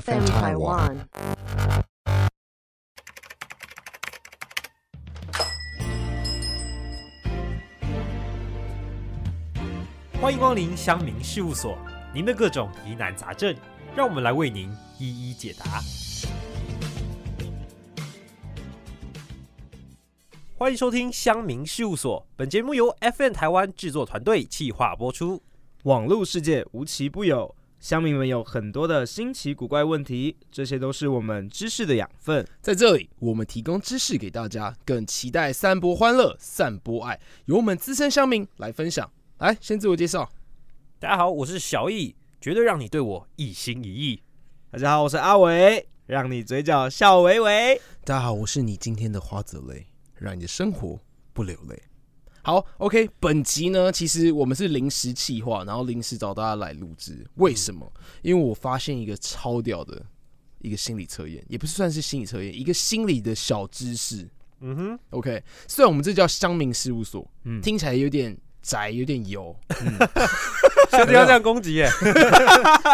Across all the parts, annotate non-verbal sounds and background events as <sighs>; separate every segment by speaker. Speaker 1: FM Taiwan.
Speaker 2: 欢迎光临乡民事务所，您的各种疑难杂症，让我们来为您一一解答。欢迎收听乡民事务所，本节目由 FN 台湾制作团队企划播出。
Speaker 3: 网络世界无奇不有，乡民们有很多的新奇古怪问题，这些都是我们知识的养分。
Speaker 4: 在这里，我们提供知识给大家，更期待散播欢乐、散播爱，由我们资深乡民来分享。来，先自我介绍。
Speaker 2: 大家好，我是小易，绝对让你对我一心一意。
Speaker 3: 大家好，我是阿伟，让你嘴角笑微微。
Speaker 4: 大家好，我是你今天的花泽类，让你的生活不流泪。好，OK，本集呢，其实我们是临时企划，然后临时找大家来录制。为什么？因为我发现一个超屌的一个心理测验，也不是算是心理测验，一个心理的小知识。
Speaker 2: 嗯哼，
Speaker 4: OK，虽然我们这叫乡民事务所，
Speaker 3: 嗯
Speaker 4: 听起来有点宅，有点油，
Speaker 2: 兄弟要这样攻击耶？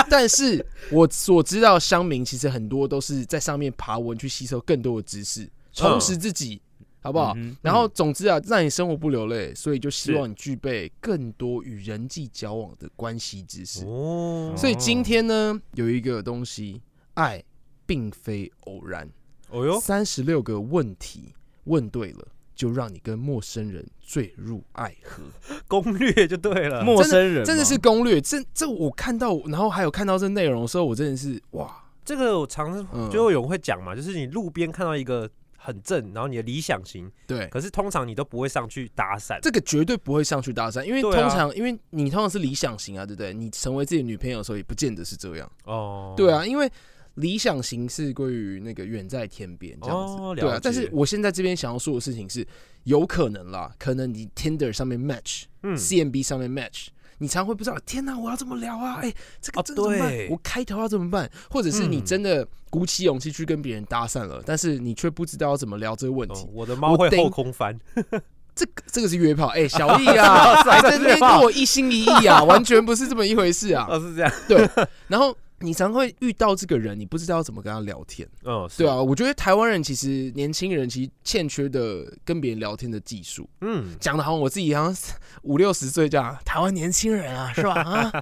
Speaker 4: 但是我所知道，乡民其实很多都是在上面爬文去吸收更多的知识，充实自己，好不好？
Speaker 3: 嗯嗯哼
Speaker 4: 然后，总之啊，让你生活不流泪，所以就希
Speaker 2: 是
Speaker 4: 望你具备更多与人际交往的关系知识。
Speaker 2: <laughs> 哦
Speaker 4: 所以今天呢，有一个东西，爱并非偶然。
Speaker 2: 哦哟，
Speaker 4: 三十六个问题问对了，就让你跟陌生人坠入爱河。
Speaker 2: 攻略就对了。
Speaker 3: 陌生人吗
Speaker 4: 呃真的是攻略，这这我看到，然后还有看到这内容的时候，我真的是哇，
Speaker 2: 这个我常常
Speaker 4: 嗯
Speaker 2: 就有人会讲嘛，就是你路边看到一个很正，然后你的理想型，
Speaker 4: 对，
Speaker 2: 可是通常你都不会上去搭讪。
Speaker 4: 这个绝对不会上去搭讪，因为通
Speaker 2: 对啊
Speaker 4: 常、因为你通常是理想型啊，对不对？你成为自己的女朋友的时候也不见得是这样，
Speaker 2: 哦，
Speaker 4: 对，啊，因为理想型是归于那个远在天边这样子，
Speaker 2: 哦了解
Speaker 4: 对啊。但是我现在这边想要说的事情是，有可能啦，可能你 Tinder 上面 match，
Speaker 2: 嗯，
Speaker 4: CMB 上面 match，你常会不知道，天哪、我要怎么聊啊？哎、这个
Speaker 2: 哦
Speaker 4: 真的怎么办？
Speaker 2: 对
Speaker 4: 我开头要怎么办？或者是你
Speaker 2: 嗯
Speaker 4: 真的鼓起勇气去跟别人搭讪了，但是你却不知道要怎么聊这个问
Speaker 2: 哦
Speaker 4: 题。
Speaker 2: 我的猫会
Speaker 4: 我顶
Speaker 2: 后空翻，
Speaker 4: 这个这个是约炮，哎、小丽啊，还在那边跟我一心一意啊，完全不是这么一回事啊。
Speaker 2: 哦是这样，
Speaker 4: 然后你常会遇到这个人，你不知道要怎么跟他聊天。
Speaker 2: 嗯，是
Speaker 4: 对，啊，我觉得台湾人其实年轻人其实欠缺的跟别人聊天的技术。
Speaker 2: 嗯，
Speaker 4: 讲的好像我自己好像五六十岁这样，台湾年轻人啊， <laughs> 是吧？啊，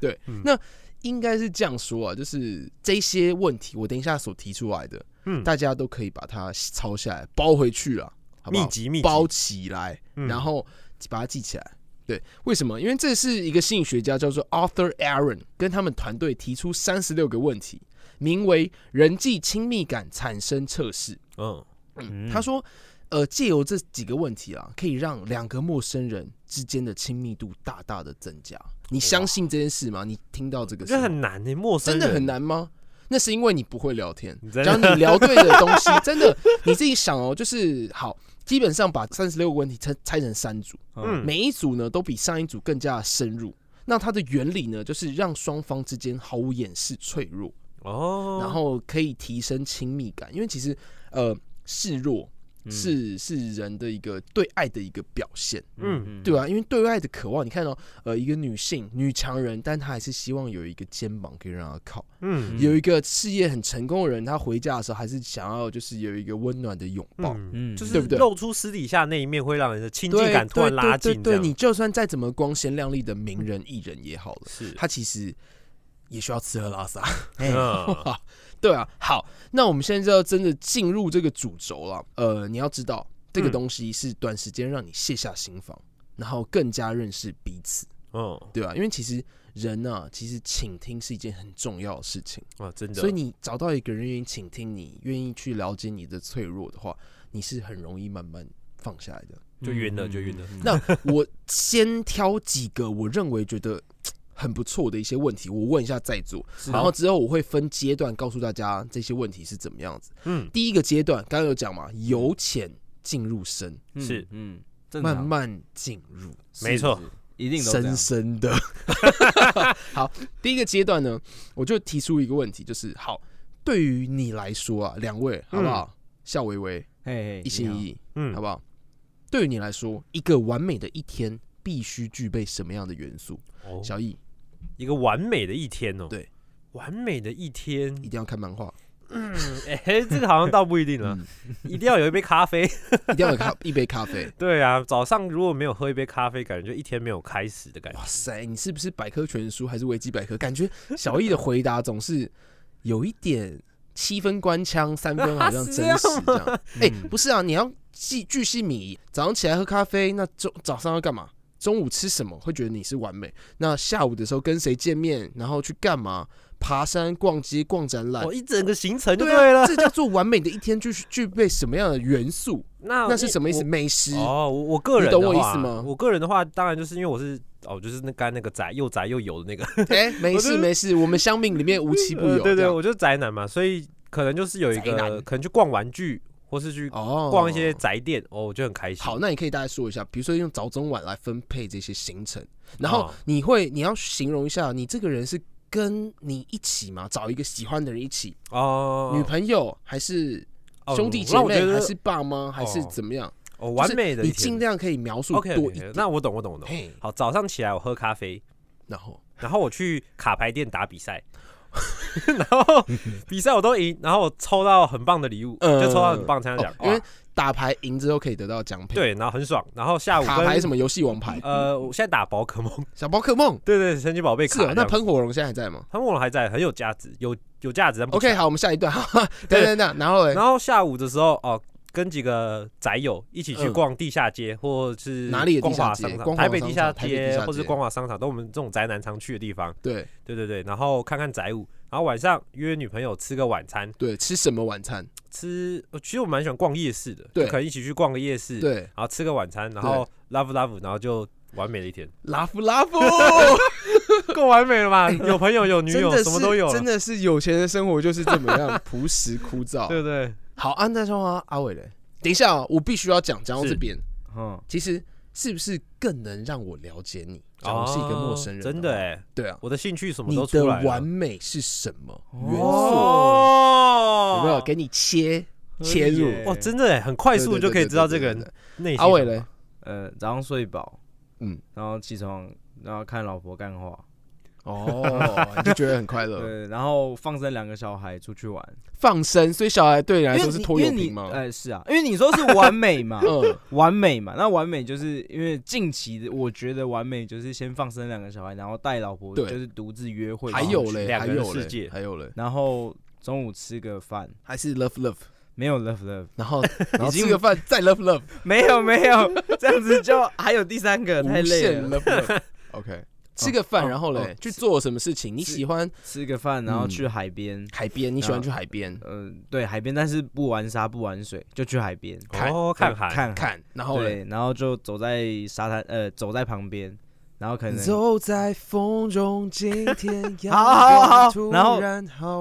Speaker 4: 对
Speaker 2: 嗯，
Speaker 4: 那应该是这样说啊，就是这些问题，我等一下所提出来的，
Speaker 2: 嗯
Speaker 4: 大家都可以把它抄下来，包回去了，好不
Speaker 2: 密
Speaker 4: 好？
Speaker 2: 集密集，
Speaker 4: 包起来，
Speaker 2: 嗯
Speaker 4: 然后把它记起来。对，为什么？因为这是一个心理学家叫做 Arthur Aaron 跟他们团队提出三十六个问题，名为“人际亲密感产生测试”。
Speaker 2: 嗯，
Speaker 3: 嗯
Speaker 4: 他说，呃，借由这几个问题啊，可以让两个陌生人之间的亲密度大大的增加。你相信这件事吗？你听到这个
Speaker 2: 我
Speaker 4: 事
Speaker 2: 觉得很难呢，陌生
Speaker 4: 真
Speaker 2: 人
Speaker 4: 的很，难吗？那是因为你不会聊天
Speaker 2: 你，真
Speaker 4: 只
Speaker 2: 的
Speaker 4: 要你聊对的东西，真的你自己想哦，就是好，基本上把三十六个问题拆拆成三组，
Speaker 2: 嗯，
Speaker 4: 每一组呢都比上一组更加深入。那它的原理呢，就是让双方之间毫无掩饰脆弱，
Speaker 2: 哦，
Speaker 4: 然后可以提升亲密感，因为其实呃示弱
Speaker 3: 嗯
Speaker 4: 是是人的一个对爱的一个表现，
Speaker 2: 嗯
Speaker 4: 对啊，因为对爱的渴望，你看到呃一个女性女强人，但她还是希望有一个肩膀可以让她靠，
Speaker 2: 嗯
Speaker 4: 有一个事业很成功的人，她回家的时候还是想要就是有一个温暖的拥抱。
Speaker 2: 嗯，
Speaker 3: 嗯
Speaker 2: 就是
Speaker 4: 对不对
Speaker 2: 露出私底下那一面，会让人的亲近
Speaker 4: 对
Speaker 2: 感突然
Speaker 4: 对
Speaker 2: 拉
Speaker 4: 对
Speaker 2: 近，这
Speaker 4: 对对，
Speaker 2: 样
Speaker 4: 你就算再怎么光鲜亮丽的名人艺人也好了，
Speaker 2: 是，
Speaker 4: 她其实也需要吃喝拉撒。 <laughs>
Speaker 2: 嗯，
Speaker 4: 对啊，好，那我们现在就要真的进入这个主轴了。呃，你要知道，这个
Speaker 2: 嗯
Speaker 4: 东西是短时间让你卸下心防，然后更加认识彼此，
Speaker 2: 嗯，
Speaker 4: 对啊，因为其实人啊，其实倾听是一件很重要的事情，
Speaker 2: 啊，真的，
Speaker 4: 所以你找到一个人愿意倾听你，愿意去了解你的脆弱的话，你是很容易慢慢放下来的。
Speaker 2: 就晕了就晕了
Speaker 3: 那
Speaker 4: 那我先挑几个我认为觉得很不错的一些问题，我问一下在座，嗯然后之后我会分阶段告诉大家这些问题是怎么样子。
Speaker 2: 嗯，
Speaker 4: 第一个阶段，刚刚有讲嘛，由浅进入深，
Speaker 2: 是
Speaker 3: 嗯，正常
Speaker 4: 慢慢进入，
Speaker 2: 没错，
Speaker 3: 是一定都这
Speaker 4: 深
Speaker 3: 样。<laughs>
Speaker 4: 深的。好，第一个阶段呢，我就提出一个问题，就是好，对于你来说啊，两位好不
Speaker 3: 嗯
Speaker 4: 好？夏微微
Speaker 3: 嘿嘿，
Speaker 4: 一心一
Speaker 3: 意，
Speaker 4: 意，
Speaker 2: 嗯
Speaker 4: 好，不好？对于你来说，一个完美的一天必须具备什么样的元素？
Speaker 2: 哦
Speaker 4: 小易，
Speaker 2: 一个完美的一天哦。
Speaker 4: 对，
Speaker 2: 完美的一天，
Speaker 4: 一定要看漫画，
Speaker 2: 哎、这个好像倒不一定了，
Speaker 4: 嗯
Speaker 2: 一定要有一杯咖啡。
Speaker 4: 一定要有咖一杯咖啡。
Speaker 2: 对啊，早上如果没有喝一杯咖啡，感觉就一天没有开始的感觉。
Speaker 4: 哇塞，你是不是百科全书还是维基百科？感觉小易的回答总是有一点七分官腔，三分好
Speaker 2: <laughs>
Speaker 4: 像
Speaker 2: 是这
Speaker 4: 真
Speaker 2: 样
Speaker 4: 实这样。哎、
Speaker 2: 嗯
Speaker 4: 不是啊，你要细巨细米，早上起来喝咖啡，那中早啊上要干嘛？中午吃什么会觉得你是完美？那下午的时候跟谁见面，然后去干嘛？爬山、逛街、逛展览
Speaker 2: 我，一整个行程就
Speaker 4: 对
Speaker 2: 了。
Speaker 4: 啊，这叫做完美的一天，就是具备什么样的元素？
Speaker 2: 那
Speaker 4: 那是什么意思？
Speaker 2: 哦我
Speaker 4: 美食
Speaker 2: 哦，我我个人
Speaker 4: 你懂
Speaker 2: 的
Speaker 4: 我意
Speaker 2: 话
Speaker 4: 思吗
Speaker 2: 我个人的话，当然就是因为我是哦，就是那干那个宅又宅又油的那个，
Speaker 4: 哎、
Speaker 2: 我
Speaker 4: 没
Speaker 2: 就
Speaker 4: 事
Speaker 2: 是
Speaker 4: 没事，我们香命里面无奇不有。
Speaker 2: 呃 <laughs> 对
Speaker 4: 这
Speaker 2: 对，
Speaker 4: 样
Speaker 2: 我就是宅男嘛，所以可能就是有一
Speaker 4: 宅
Speaker 2: 个
Speaker 4: 男
Speaker 2: 可能去逛玩具，或是去
Speaker 4: 哦，
Speaker 2: 逛一些宅店，哦，我就很开心。
Speaker 4: 好，那你可以大概说一下，比如说用早中晚来分配这些行程，然后
Speaker 2: 哦
Speaker 4: 你会你要形容一下，你这个人是跟你一起吗？找一个喜欢的人一起，
Speaker 2: 哦，
Speaker 4: 女朋友还是
Speaker 2: 哦
Speaker 4: 兄弟姐
Speaker 2: 让我
Speaker 4: 妹，
Speaker 2: 觉得
Speaker 4: 还是爸妈，还是
Speaker 2: 哦
Speaker 4: 怎么样？
Speaker 2: 哦完美的
Speaker 4: 你
Speaker 2: 一
Speaker 4: 尽
Speaker 2: 天。
Speaker 4: 量可以描述
Speaker 2: OK，,
Speaker 4: 多一
Speaker 2: o
Speaker 4: 点。
Speaker 2: 那我懂，我懂，我懂。
Speaker 4: 嘿，
Speaker 2: 好，早上起来我喝咖啡，
Speaker 4: 然后
Speaker 2: 然后我去卡牌店打比赛， <laughs> 然后比赛我都赢，然后我抽到很棒的礼物，
Speaker 4: 嗯
Speaker 2: 就抽到很棒参加奖
Speaker 4: 哦，因为
Speaker 2: 哇
Speaker 4: 打牌赢之后可以得到奖品，，
Speaker 2: 对，然后很爽。然后下午
Speaker 4: 卡牌
Speaker 2: 跟
Speaker 4: 什么游戏
Speaker 2: <laughs>
Speaker 4: 王牌、
Speaker 2: 呃，我现在打宝可梦，
Speaker 4: 小宝可梦，
Speaker 2: 对对，神奇宝贝卡
Speaker 4: 是
Speaker 2: 这
Speaker 4: 哦
Speaker 2: 样。。
Speaker 4: 那喷火龙现在还在吗
Speaker 2: 潘梦龙还在，很有价值，有有价值。但不
Speaker 4: ？OK，
Speaker 2: 强
Speaker 4: 好，我们下一段， <laughs> 等等等，然后嘞，
Speaker 2: 然后下午的时候哦。跟几个宅友一起去
Speaker 4: 嗯
Speaker 2: 逛地下街，或是
Speaker 4: 哪里的
Speaker 2: 光
Speaker 4: 地下
Speaker 2: 华
Speaker 4: 街
Speaker 2: 商
Speaker 4: 光
Speaker 2: 场、
Speaker 4: 华
Speaker 2: 台北
Speaker 4: 商
Speaker 2: 地
Speaker 4: 场
Speaker 2: 下
Speaker 4: 台北地
Speaker 2: 街
Speaker 4: 下，
Speaker 2: 或是
Speaker 4: 街
Speaker 2: 光华商场，都我们这种宅男常去的地方。
Speaker 4: 对
Speaker 2: 对对对，然后看看宅舞，然后晚上约女朋友吃个晚餐，
Speaker 4: 对，吃什么晚餐？
Speaker 2: 吃。呃其实我蛮喜欢逛夜市的，
Speaker 4: 对
Speaker 2: 就可能一起去逛个夜市，然
Speaker 4: 对，
Speaker 2: 后吃个晚餐，然后 love love，然后就完美的一天，
Speaker 4: 拉
Speaker 2: <laughs>
Speaker 4: 夫拉夫，
Speaker 2: 够完美了吧？有朋友有女
Speaker 4: 真
Speaker 2: 友，
Speaker 4: 的
Speaker 2: 什么
Speaker 4: 是
Speaker 2: 都有了，
Speaker 4: 真的是有钱的生活就是这么样朴实枯
Speaker 2: <laughs>
Speaker 4: 燥。
Speaker 2: 对不对？
Speaker 4: 好，啊安在说话，阿伟嘞，等一下哦、我必须要讲，讲到
Speaker 2: 是
Speaker 4: 这边，
Speaker 3: 嗯，
Speaker 4: 其实是不是更能让我了解你？假如是一个陌生人，
Speaker 2: 真的，哎，
Speaker 4: 对啊，
Speaker 2: 我的兴趣什么
Speaker 4: 你
Speaker 2: 都
Speaker 4: 的
Speaker 2: 出来了
Speaker 4: 完美是什么元素？
Speaker 2: 哦哎
Speaker 4: 有没有给你切切入？
Speaker 3: 耶
Speaker 2: 哇，真的耶很快速就可以知道这个
Speaker 4: 对。对对对对
Speaker 2: 人
Speaker 4: 对
Speaker 2: 内
Speaker 4: 对
Speaker 2: 心。
Speaker 4: 阿伟嘞，
Speaker 3: 呃，早上睡饱，
Speaker 4: 嗯，
Speaker 3: 然后起床，然后看老婆干话，
Speaker 4: 哦，你就觉得很快
Speaker 2: <laughs>
Speaker 4: 乐，
Speaker 3: 对，然后放生两个小孩出去玩，
Speaker 4: 放生，所以小孩对你来
Speaker 3: 因
Speaker 4: 说
Speaker 3: 为
Speaker 4: 是
Speaker 3: 你
Speaker 4: 拖
Speaker 3: 因
Speaker 4: 油
Speaker 3: 为你
Speaker 4: 瓶吗？，
Speaker 3: 哎，是啊，因为你说是完美嘛
Speaker 4: <laughs>
Speaker 2: <laughs>
Speaker 4: 嗯，
Speaker 3: 完美嘛，那完美就是因为近期的，我觉得完美就是先放生两个小孩，然后带老婆
Speaker 4: 对
Speaker 3: 就是独自约会，
Speaker 4: 还有嘞，
Speaker 2: 两
Speaker 4: 还
Speaker 2: 个人
Speaker 4: 有
Speaker 2: 世界
Speaker 4: 嘞，还有嘞，
Speaker 3: 然后中午吃个饭，
Speaker 4: 还是 love love。
Speaker 3: 没有 love love，
Speaker 4: 然
Speaker 2: <laughs>
Speaker 4: 后然后
Speaker 3: 已经
Speaker 4: 吃个饭再 love love，
Speaker 3: 没有没有，这样子就还有第三个太
Speaker 4: 无
Speaker 3: 累
Speaker 4: 限
Speaker 3: 了，
Speaker 4: love love。OK，吃 <laughs> 个饭，
Speaker 3: 哦
Speaker 4: 然后嘞
Speaker 3: 哦
Speaker 4: 去做什么事情？你喜欢
Speaker 3: 吃啊个饭然后
Speaker 4: 嗯
Speaker 3: 去海边，
Speaker 4: 海边？你喜欢去海边
Speaker 3: 呃，对，海边，但是不玩沙不玩水，就去海边
Speaker 4: 看
Speaker 2: 哦，看海，
Speaker 3: 看海，
Speaker 4: 看，然后
Speaker 3: 对，
Speaker 4: 嘞
Speaker 3: 然后就走在沙滩，呃，走在旁边，然后可能
Speaker 4: 走在风中，今
Speaker 3: <laughs>
Speaker 4: 天
Speaker 3: 好好好
Speaker 4: 突
Speaker 3: 然后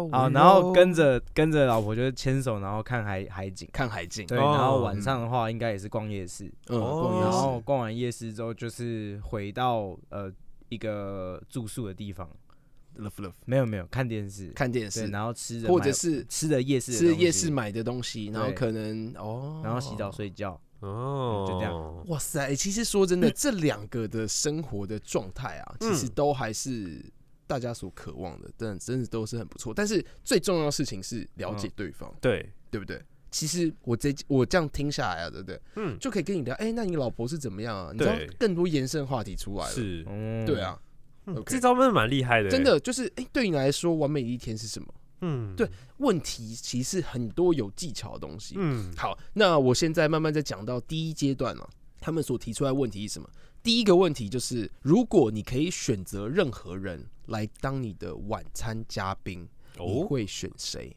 Speaker 4: 好
Speaker 3: 啊，
Speaker 4: 温
Speaker 3: 然后
Speaker 4: 柔
Speaker 3: 跟着跟着老婆就是牵手，然后看海海景。
Speaker 4: 看海景，
Speaker 3: 对，
Speaker 2: 哦
Speaker 3: 然后晚上的话应该也是逛夜市，
Speaker 4: 嗯，
Speaker 2: 哦
Speaker 4: 逛夜
Speaker 3: 然
Speaker 4: 市
Speaker 3: 后逛完夜市之后就是回到呃一个住宿的地方，
Speaker 4: love love，
Speaker 3: 没有没有看电视，
Speaker 4: 看电
Speaker 3: 对，
Speaker 4: 视，
Speaker 3: 然后吃的
Speaker 4: 或者是
Speaker 3: 吃的夜市的
Speaker 4: 吃
Speaker 3: 东
Speaker 4: 夜
Speaker 3: 西
Speaker 4: 市，买的东西，然后
Speaker 3: 对
Speaker 4: 可能哦，
Speaker 3: 然后洗澡睡觉，
Speaker 2: 哦，
Speaker 3: 就这
Speaker 2: 样。
Speaker 4: 哇塞、欸其实说真的，这两个的生活的状态啊，其
Speaker 2: 嗯
Speaker 4: 实都还是大家所渴望的，但真的都是很不错。但是最重要的事情是了解对方，
Speaker 2: 对，
Speaker 4: 对不对？其实我这我这样听下来啊，对不对？
Speaker 2: 嗯，
Speaker 4: 就可以跟你聊，哎、那你老婆是怎么样啊？你知道
Speaker 2: 对
Speaker 4: 更多延伸话题出来了，
Speaker 2: 是，
Speaker 3: 嗯，
Speaker 4: 对，啊，
Speaker 2: 嗯
Speaker 4: OK
Speaker 2: 这招真的蛮厉害的，欸
Speaker 4: 真，的就是，哎、对你来说，完美的一天是什么？
Speaker 2: 嗯，
Speaker 4: 对，问题其实很多有技巧的东西，
Speaker 2: 嗯，
Speaker 4: 好，那我现在慢慢在讲到第一阶段了、他们所提出来的问题是什么？第一个问题就是，如果你可以选择任何人来当你的晚餐嘉宾，你
Speaker 2: 哦，
Speaker 4: 会选谁？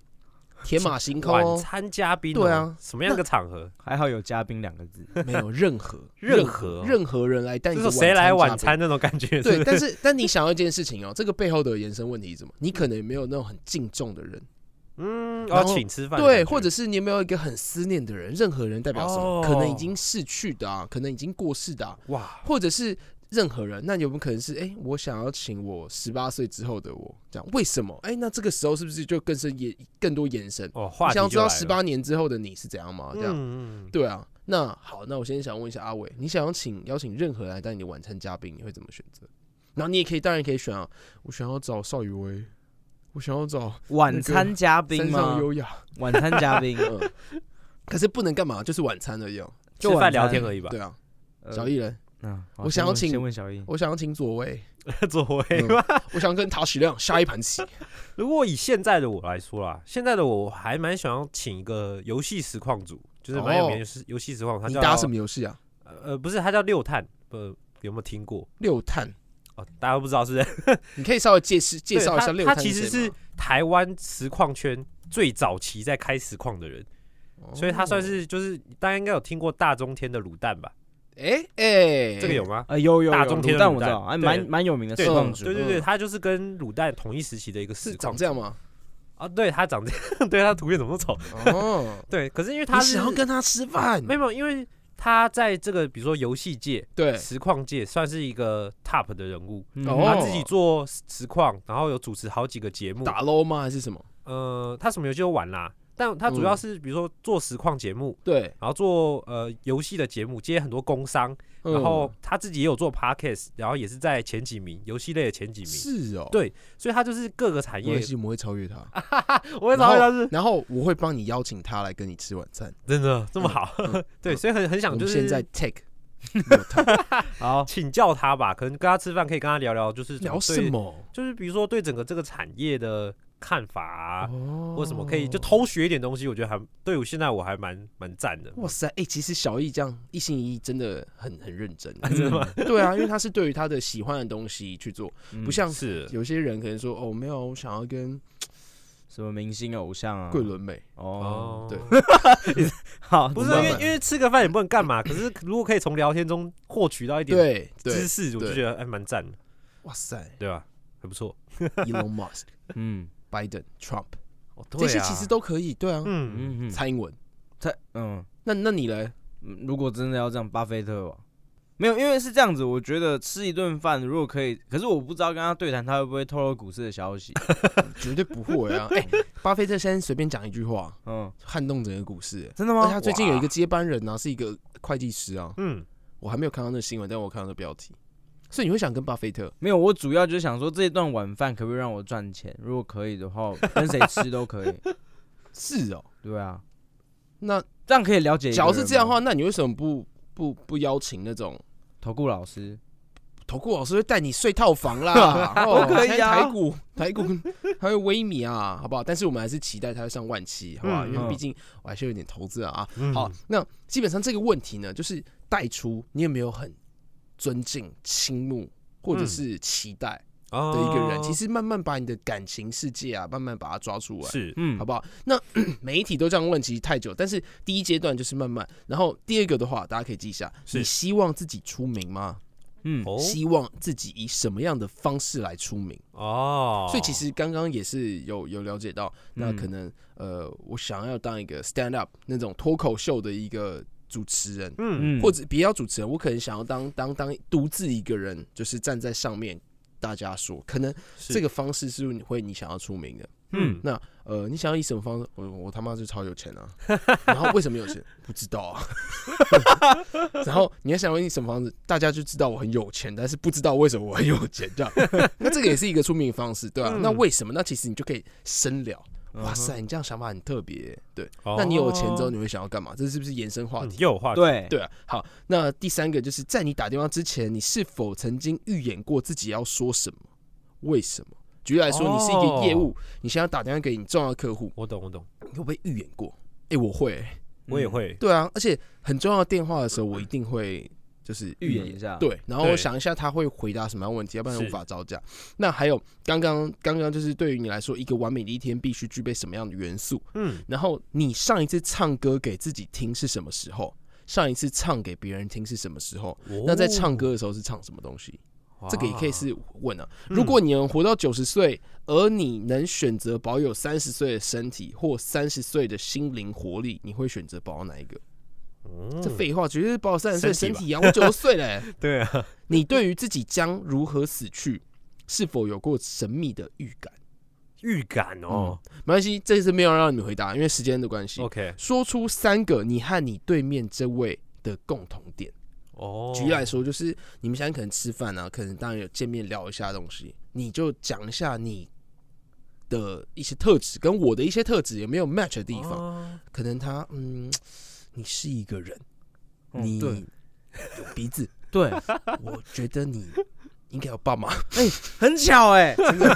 Speaker 4: 天马行空
Speaker 2: 晚
Speaker 4: 哦，
Speaker 2: 餐嘉宾哦，
Speaker 4: 对啊
Speaker 2: 什么样的场合？
Speaker 3: 还好有嘉宾两个字，
Speaker 4: <laughs> 没有任何
Speaker 2: <laughs> 任何哦
Speaker 4: 任何人来当哎你
Speaker 2: 就
Speaker 4: 的
Speaker 2: 是谁来
Speaker 4: 晚
Speaker 2: 晚
Speaker 4: 餐嘉宾？
Speaker 2: 餐那种感觉？ <laughs>
Speaker 4: 对，
Speaker 2: 是
Speaker 4: 但是但你想要一件事情哦，这个背后的延伸问题是什么？你可能没有那种很敬重的人，
Speaker 2: 嗯，
Speaker 4: 然
Speaker 2: 要
Speaker 4: 后
Speaker 2: 请吃饭的感
Speaker 4: 对，
Speaker 2: 觉，
Speaker 4: 或者是你有没有一个很思念的人？任何人代表什么？可能已
Speaker 2: 哦
Speaker 4: 经逝去的啊，可能已经过世的啊，
Speaker 2: 哇，
Speaker 4: 或者是任何人，那有没有可能是哎、诶我想要请我十八岁之后的我这样？为什么？哎、那这个时候是不是就更深延更多延伸？
Speaker 2: 哦，
Speaker 4: 你
Speaker 2: 话
Speaker 4: 想要
Speaker 2: 题
Speaker 4: 知
Speaker 2: 就
Speaker 4: 道
Speaker 2: 来
Speaker 4: 十
Speaker 2: 了，
Speaker 4: 八年之后的你是怎样吗？这样、
Speaker 2: 嗯，嗯嗯
Speaker 4: 对啊。那好，那我先想问一下阿伟，你想要请邀请任何人来当你的晚餐嘉宾，你会怎么选择？然后你也可以，当然可以选啊，我想要找邵雨薇，我想要找
Speaker 3: 晚餐嘉宾
Speaker 4: 山上
Speaker 3: 吗？
Speaker 4: 优
Speaker 2: <laughs>
Speaker 4: 雅，
Speaker 3: 晚餐嘉
Speaker 4: <laughs>
Speaker 3: 宾，
Speaker 4: 嗯，可是不能干嘛，就是晚餐而已哦。
Speaker 3: 就
Speaker 2: 吃
Speaker 3: 晚
Speaker 2: 饭
Speaker 3: 餐
Speaker 2: 聊天而已吧。
Speaker 4: 对啊，
Speaker 3: 呃
Speaker 4: 小艺人，
Speaker 3: 嗯，好
Speaker 4: 我
Speaker 3: 先
Speaker 4: 想要
Speaker 3: 问
Speaker 4: 请哦
Speaker 3: 先问小易，
Speaker 4: 我想要请
Speaker 2: <laughs>
Speaker 4: 左卫，
Speaker 2: 左为
Speaker 4: 嗯我想跟塔许亮下一盘棋。
Speaker 2: <laughs> 如果以现在的我来说啦，现在的我还蛮想要请一个游戏实况组，就是蛮有名的是游戏实况，他
Speaker 4: 哦你
Speaker 2: 叫
Speaker 4: 打什么游戏啊？
Speaker 2: 呃，不是，他叫六探，呃，有没有听过？
Speaker 4: 六探，
Speaker 2: 哦，大家都不知道是不是？
Speaker 4: 你可以稍微介绍介绍一下
Speaker 2: 对
Speaker 4: 六
Speaker 2: 他
Speaker 4: 探
Speaker 2: 他其实
Speaker 4: 谁
Speaker 2: 是
Speaker 4: 吗，
Speaker 2: 台湾实况圈最早期在开实况的人，所以他
Speaker 4: 哦
Speaker 2: 算是就是大家应该有听过大中天的卤蛋吧？
Speaker 4: 哎哎，
Speaker 2: 这个有吗？
Speaker 3: 啊，有有
Speaker 2: 大
Speaker 3: 有
Speaker 2: 中
Speaker 3: 卤
Speaker 2: 天的
Speaker 3: 蛋
Speaker 2: 卤
Speaker 3: 我知
Speaker 2: 蛋
Speaker 3: 道，还
Speaker 2: 对
Speaker 3: 蛮蛮有名的
Speaker 2: 对
Speaker 3: 实况主，
Speaker 2: 对对对，他就是跟卤蛋同一时期的一个
Speaker 4: 嗯是
Speaker 2: 实况
Speaker 4: 长这
Speaker 2: <laughs>
Speaker 4: 样吗？
Speaker 2: 啊，对他长这样， <laughs> 对他图片怎么那么丑？
Speaker 4: 哦，
Speaker 2: 对，可是因为他
Speaker 4: 你
Speaker 2: 是
Speaker 4: 想要跟他吃饭？
Speaker 2: 没有没有，因为他在这个比如说游戏界、
Speaker 4: 对，
Speaker 2: 实况界算是一个 top 的人物，
Speaker 3: 嗯
Speaker 4: 哦
Speaker 2: 他自己做实况，然后有主持好几个节目。
Speaker 4: 打 LO 吗？还是什么？
Speaker 2: 呃，他什么游戏都玩啦，但他主
Speaker 4: 嗯
Speaker 2: 要是比如说做实况节目，
Speaker 4: 对，
Speaker 2: 然后做呃游戏的节目，接很多工商，
Speaker 4: 嗯
Speaker 2: 然后他自己也有做 podcast，然后也是在前几名，游戏类的前几名，
Speaker 4: 是哦，
Speaker 2: 对所以他就是各个产
Speaker 4: 没
Speaker 2: 业
Speaker 4: 关，系，我们会超越他。
Speaker 2: 我也找到他是
Speaker 4: 然后我会帮你邀请他来跟你吃晚餐。
Speaker 2: 真的这么好，对，所以很很
Speaker 4: 嗯我
Speaker 2: 想就
Speaker 4: 们
Speaker 2: 是
Speaker 4: 现在 take
Speaker 3: 好，
Speaker 2: 请教他吧，可能跟他吃饭可以跟他聊聊，就是
Speaker 4: 聊
Speaker 2: 对
Speaker 4: 什么？
Speaker 2: 就是比如说对整个这个产业的看法啊，
Speaker 4: 哦
Speaker 2: 或什么可以就偷学一点东西，我觉得还对我现在我还蛮蛮赞的。
Speaker 4: 哇塞，哎、其实小易这样一心一意真的很很认真，
Speaker 2: 真的吗？嗯
Speaker 4: 对啊，因为他是对于他的喜欢的东西去做，不
Speaker 3: 不
Speaker 4: 像
Speaker 2: 是
Speaker 4: 有些人可能说哦，没有，我想要跟
Speaker 3: 什么明星偶像啊，
Speaker 4: 桂纶镁，
Speaker 3: 哦，
Speaker 2: 哦，
Speaker 4: 嗯对
Speaker 3: 好，
Speaker 2: 不是
Speaker 4: 怎
Speaker 2: 因
Speaker 4: 么
Speaker 2: 为
Speaker 4: 办
Speaker 2: 因为吃个饭也不能干嘛，可是如果可以从聊天中获取到一点
Speaker 4: 对
Speaker 2: 知
Speaker 4: 对，
Speaker 2: 识，我就
Speaker 4: 对
Speaker 2: 觉得还蛮赞的，
Speaker 4: 哇塞
Speaker 2: 对吧？很不错。
Speaker 4: <laughs> ，Elon Musk、
Speaker 3: 嗯
Speaker 4: Biden、Trump
Speaker 2: 哦
Speaker 4: 这些其实都可以，对啊，
Speaker 2: 嗯，
Speaker 3: 嗯嗯，
Speaker 4: 蔡英文，
Speaker 3: 他嗯，
Speaker 4: 那那你嘞？
Speaker 3: 嗯如果真的要这样，巴菲特吧，没有，因为是这样子，我觉得吃一顿饭如果可以，可是我不知道跟他对谈，他会不会透露股市的消
Speaker 4: <laughs>
Speaker 3: 息？
Speaker 4: 绝对不会啊！哎、 <laughs> 巴菲特现在随便讲一句话，
Speaker 3: 嗯，
Speaker 4: 撼动整个股市。
Speaker 3: 真的
Speaker 4: 而且
Speaker 3: 吗？
Speaker 4: 他最近有一个接班人啊，是一个会计师啊，
Speaker 2: 嗯，
Speaker 4: 我还没有看到那个新闻，但我看到那标题，所以你会想跟巴菲特？
Speaker 3: 没有，我主要就是想说这一顿晚饭可不可以让我赚钱？如果可以的话，跟谁吃都
Speaker 4: <laughs>
Speaker 3: 可以。
Speaker 4: 是哦，
Speaker 3: 对啊，
Speaker 4: 那
Speaker 3: 这样可以了解一个
Speaker 4: 假
Speaker 3: 人吗。
Speaker 4: 如是这样的话，那你为什么不不不邀请那种
Speaker 3: 投顾老师，
Speaker 4: 投顾老师会带你睡套房
Speaker 2: <laughs>
Speaker 4: 啦？
Speaker 3: 都可以啊
Speaker 4: 现在台股台股 <laughs> 还有微米啊，好不好？但是我们还是期待它会上万七，好不好？
Speaker 2: 嗯
Speaker 4: 因为
Speaker 3: 嗯
Speaker 4: 毕竟我还是有点投资啊啊。
Speaker 2: 嗯
Speaker 4: 好，，那基本上这个问题呢，就是带出你有没有很尊敬、倾慕或者
Speaker 2: 嗯哦
Speaker 4: 是期待的
Speaker 2: 的
Speaker 4: 一个人，其实慢慢把你的感情世界啊，慢慢把它抓出来。
Speaker 2: 是
Speaker 3: 嗯
Speaker 4: 好，不好？那 <coughs> 媒体都这样问，其实太久。但是第一阶段就是慢慢，然后第二个的话，大家可以记一下：
Speaker 2: 是
Speaker 4: 你希望自己出名吗？
Speaker 3: 嗯，
Speaker 2: 哦
Speaker 4: 希望自己以什么样的方式来出名？
Speaker 2: 哦，
Speaker 4: 所以其实刚刚也是有有了解到，那
Speaker 3: 嗯
Speaker 4: 可能、呃，我想要当一个 stand up 那种脱口秀的一个主持人，
Speaker 2: 嗯
Speaker 3: 嗯，
Speaker 4: 或者别要主持人，我可能想要当当当独自一个人，就是站在上面，大家说，可能
Speaker 2: 是
Speaker 4: 这个方式是你会你想要出名的。
Speaker 2: 嗯
Speaker 4: 那呃，你想要以什么方式？我我他妈就超有钱啊！ <laughs> 然后为什么有钱？不知道啊。 <laughs> 然后你还想要以什么方式？大家就知道我很有钱，但是不知道为什么我很有钱这样。 <laughs> 那这个也是一个出名的方式，对吧、啊
Speaker 2: 嗯
Speaker 4: 那为什么？那其实你就可以深聊。
Speaker 3: 嗯哼
Speaker 4: 哇，塞，你这样想法很特别耶、对。那你有钱之后
Speaker 2: 哦
Speaker 4: 你会想要干嘛？这是不是延伸话
Speaker 2: 嗯
Speaker 4: 题？
Speaker 2: 又有话题
Speaker 3: 对，
Speaker 4: 对啊，好，那第三个就是在你打电话之前，你是否曾经预演过自己要说什么？为什么？举例来说，你是一个业务，
Speaker 2: 哦
Speaker 4: 你现在打电话给你重要的客户，
Speaker 2: 我懂我懂，
Speaker 4: 你会不会预演过？哎、我会欸、
Speaker 2: 我也
Speaker 3: 嗯
Speaker 2: 会
Speaker 4: 对啊，而且很重要的电话的时候，我一定会就是
Speaker 3: 预演一下。，
Speaker 4: 对，然后我
Speaker 2: 对
Speaker 4: 想一下他会回答什么样的问题，要不然
Speaker 2: 是
Speaker 4: 无法招架。那还有刚刚刚刚就是对于你来说，一个完美的一天必须具备什么样的元素？
Speaker 2: 嗯
Speaker 4: 然后你上一次唱歌给自己听是什么时候？上一次唱给别人听是什么时候？那在唱歌的时候是唱什么东西？
Speaker 2: 哦
Speaker 4: 这个也可以是问啊。
Speaker 2: 嗯
Speaker 4: 如果你能活到九十岁，而你能选择保有三十岁的身体或三十岁的心灵活力，你会选择保有哪一个？
Speaker 2: 嗯
Speaker 4: 这废话，绝对是保有三十岁的身
Speaker 2: 身体吧
Speaker 4: 体啊！我九十
Speaker 2: <laughs>
Speaker 4: 岁嘞，
Speaker 2: 对啊，
Speaker 4: 你对于自己将如何死去，是否有过神秘的预感？嗯
Speaker 2: 预感哦。
Speaker 4: 没关系，这次没有让你们回答，因为时间的关系。
Speaker 2: OK，
Speaker 4: 说出三个你和你对面这位的共同点。
Speaker 2: 哦，
Speaker 4: 举例来说，就是你们现在可能吃饭啊，可能当然有见面聊一下东西，你就讲一下你的一些特质跟我的一些特质有没有 match 的地方。
Speaker 3: 哦
Speaker 2: 方，
Speaker 4: 可能他嗯，你是一个人，
Speaker 3: 嗯
Speaker 4: 你
Speaker 3: 对
Speaker 4: 有鼻子，
Speaker 3: 对， <laughs>
Speaker 4: 我觉得你应该有爸妈。
Speaker 3: 很巧哎、
Speaker 4: <laughs>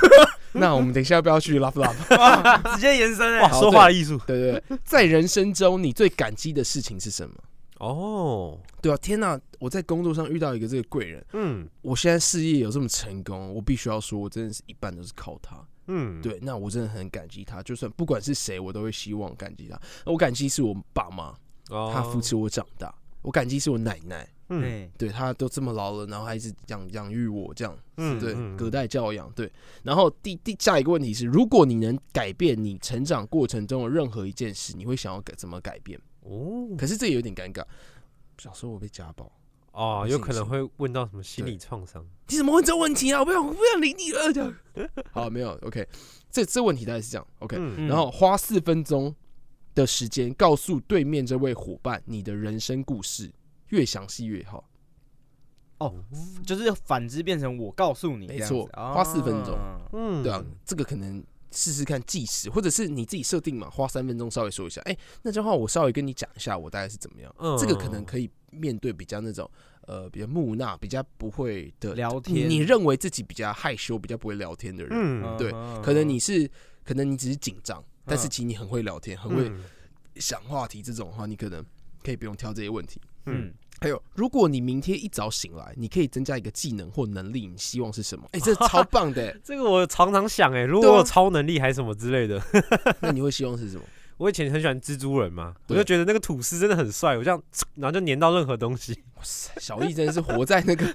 Speaker 4: 那我们等一下要不要去 love love？
Speaker 3: 哇，直接延伸哎、
Speaker 2: 哇，
Speaker 4: 好
Speaker 2: 说话的艺术
Speaker 3: <laughs>
Speaker 4: 对对对，在人生中你最感激的事情是什么？
Speaker 2: 哦，
Speaker 4: 对啊，天哪！我在工作上遇到一个这个贵人，
Speaker 2: 嗯
Speaker 4: 我现在事业有这么成功，我必须要说，我真的是一半都是靠他。
Speaker 2: 嗯，，
Speaker 4: 对，那我真的很感激他，就算不管是谁，我都会希望感激他。我感激是我爸妈，他
Speaker 2: 他
Speaker 4: 扶，持我长大；我感激是我奶奶，
Speaker 2: 哦嗯
Speaker 3: 哎
Speaker 4: 对他都这么老了，然后还一直养养育我这样，
Speaker 2: 嗯，
Speaker 4: 对，
Speaker 2: 嗯
Speaker 4: 隔代教养，对。然后第第下一个问题是，如果你能改变你成长过程中的任何一件事，你会想要改怎么改变？
Speaker 2: 哦
Speaker 4: 可是这也有点尴尬。小时候我被家暴，
Speaker 2: 哦，有可
Speaker 4: 是
Speaker 2: 能
Speaker 4: 是
Speaker 2: 会问到什么心理创伤，
Speaker 4: 你怎么问这问题啊？我不想，我不想理你了。这样 <laughs> 好，没有，OK，这这问题大概是这样，OK。
Speaker 2: 嗯，
Speaker 4: 然后花四分钟的时间告诉对面这位伙伴你的人生故事，越详细越好。哦
Speaker 3: 就是反之变成我告诉你这
Speaker 4: 没
Speaker 3: 样子，
Speaker 4: 错
Speaker 3: 啊
Speaker 4: 花4分钟
Speaker 2: 嗯，
Speaker 4: 对啊，这个可能试试看计时，或者是你自己设定嘛，花三分钟稍微说一下。哎、那这样的话我稍微跟你讲一下我大概是怎么样。
Speaker 2: 嗯，
Speaker 4: 这个可能可以面对比较那种呃比较木讷、比较不会的
Speaker 3: 聊天，
Speaker 4: 你认为自己比较害羞、比较不会聊天的人，
Speaker 2: 嗯，
Speaker 4: 对
Speaker 3: 嗯
Speaker 4: 可能你是可能你只是紧张，但是其实你很会聊天，很会
Speaker 2: 嗯
Speaker 4: 想话题这种的话，你可能可以不用挑这些问题。
Speaker 2: 嗯，
Speaker 4: 还有，如果你明天一早醒来，你可以增加一个技能或能力，你希望是什 <laughs> 么？哎、这超棒的、欸
Speaker 2: 这个我常常想，哎，如
Speaker 4: 对
Speaker 2: 果
Speaker 4: 啊
Speaker 2: 我有超能力还是什么之类的，
Speaker 4: 那你会希望是什么？
Speaker 2: 我以前很喜欢蜘蛛人嘛，我
Speaker 4: 对
Speaker 2: 就觉得那个吐司真的很帅，我这样，然后就粘到任何东西， <laughs>
Speaker 4: 哇塞，小易真的是活在 <laughs> 那个，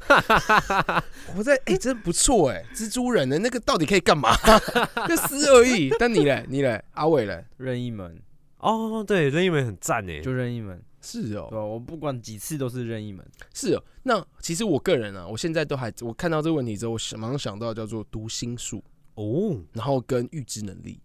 Speaker 4: 活在哎、真不错哎、蜘蛛人的那个到底可以干嘛？ <laughs> 就撕而已。但你嘞，你嘞，阿伟嘞，
Speaker 3: 任意门
Speaker 2: 哦，对，任意门很赞哎，
Speaker 3: 就任意门，
Speaker 4: 是哦
Speaker 3: 对、吧？我不管几次都是任意门，
Speaker 4: 是哦。那其实我个人啊，我现在都还，我看到这个问题之后，我想马上想到叫做读心术，
Speaker 2: 哦
Speaker 4: 然后跟预知能力。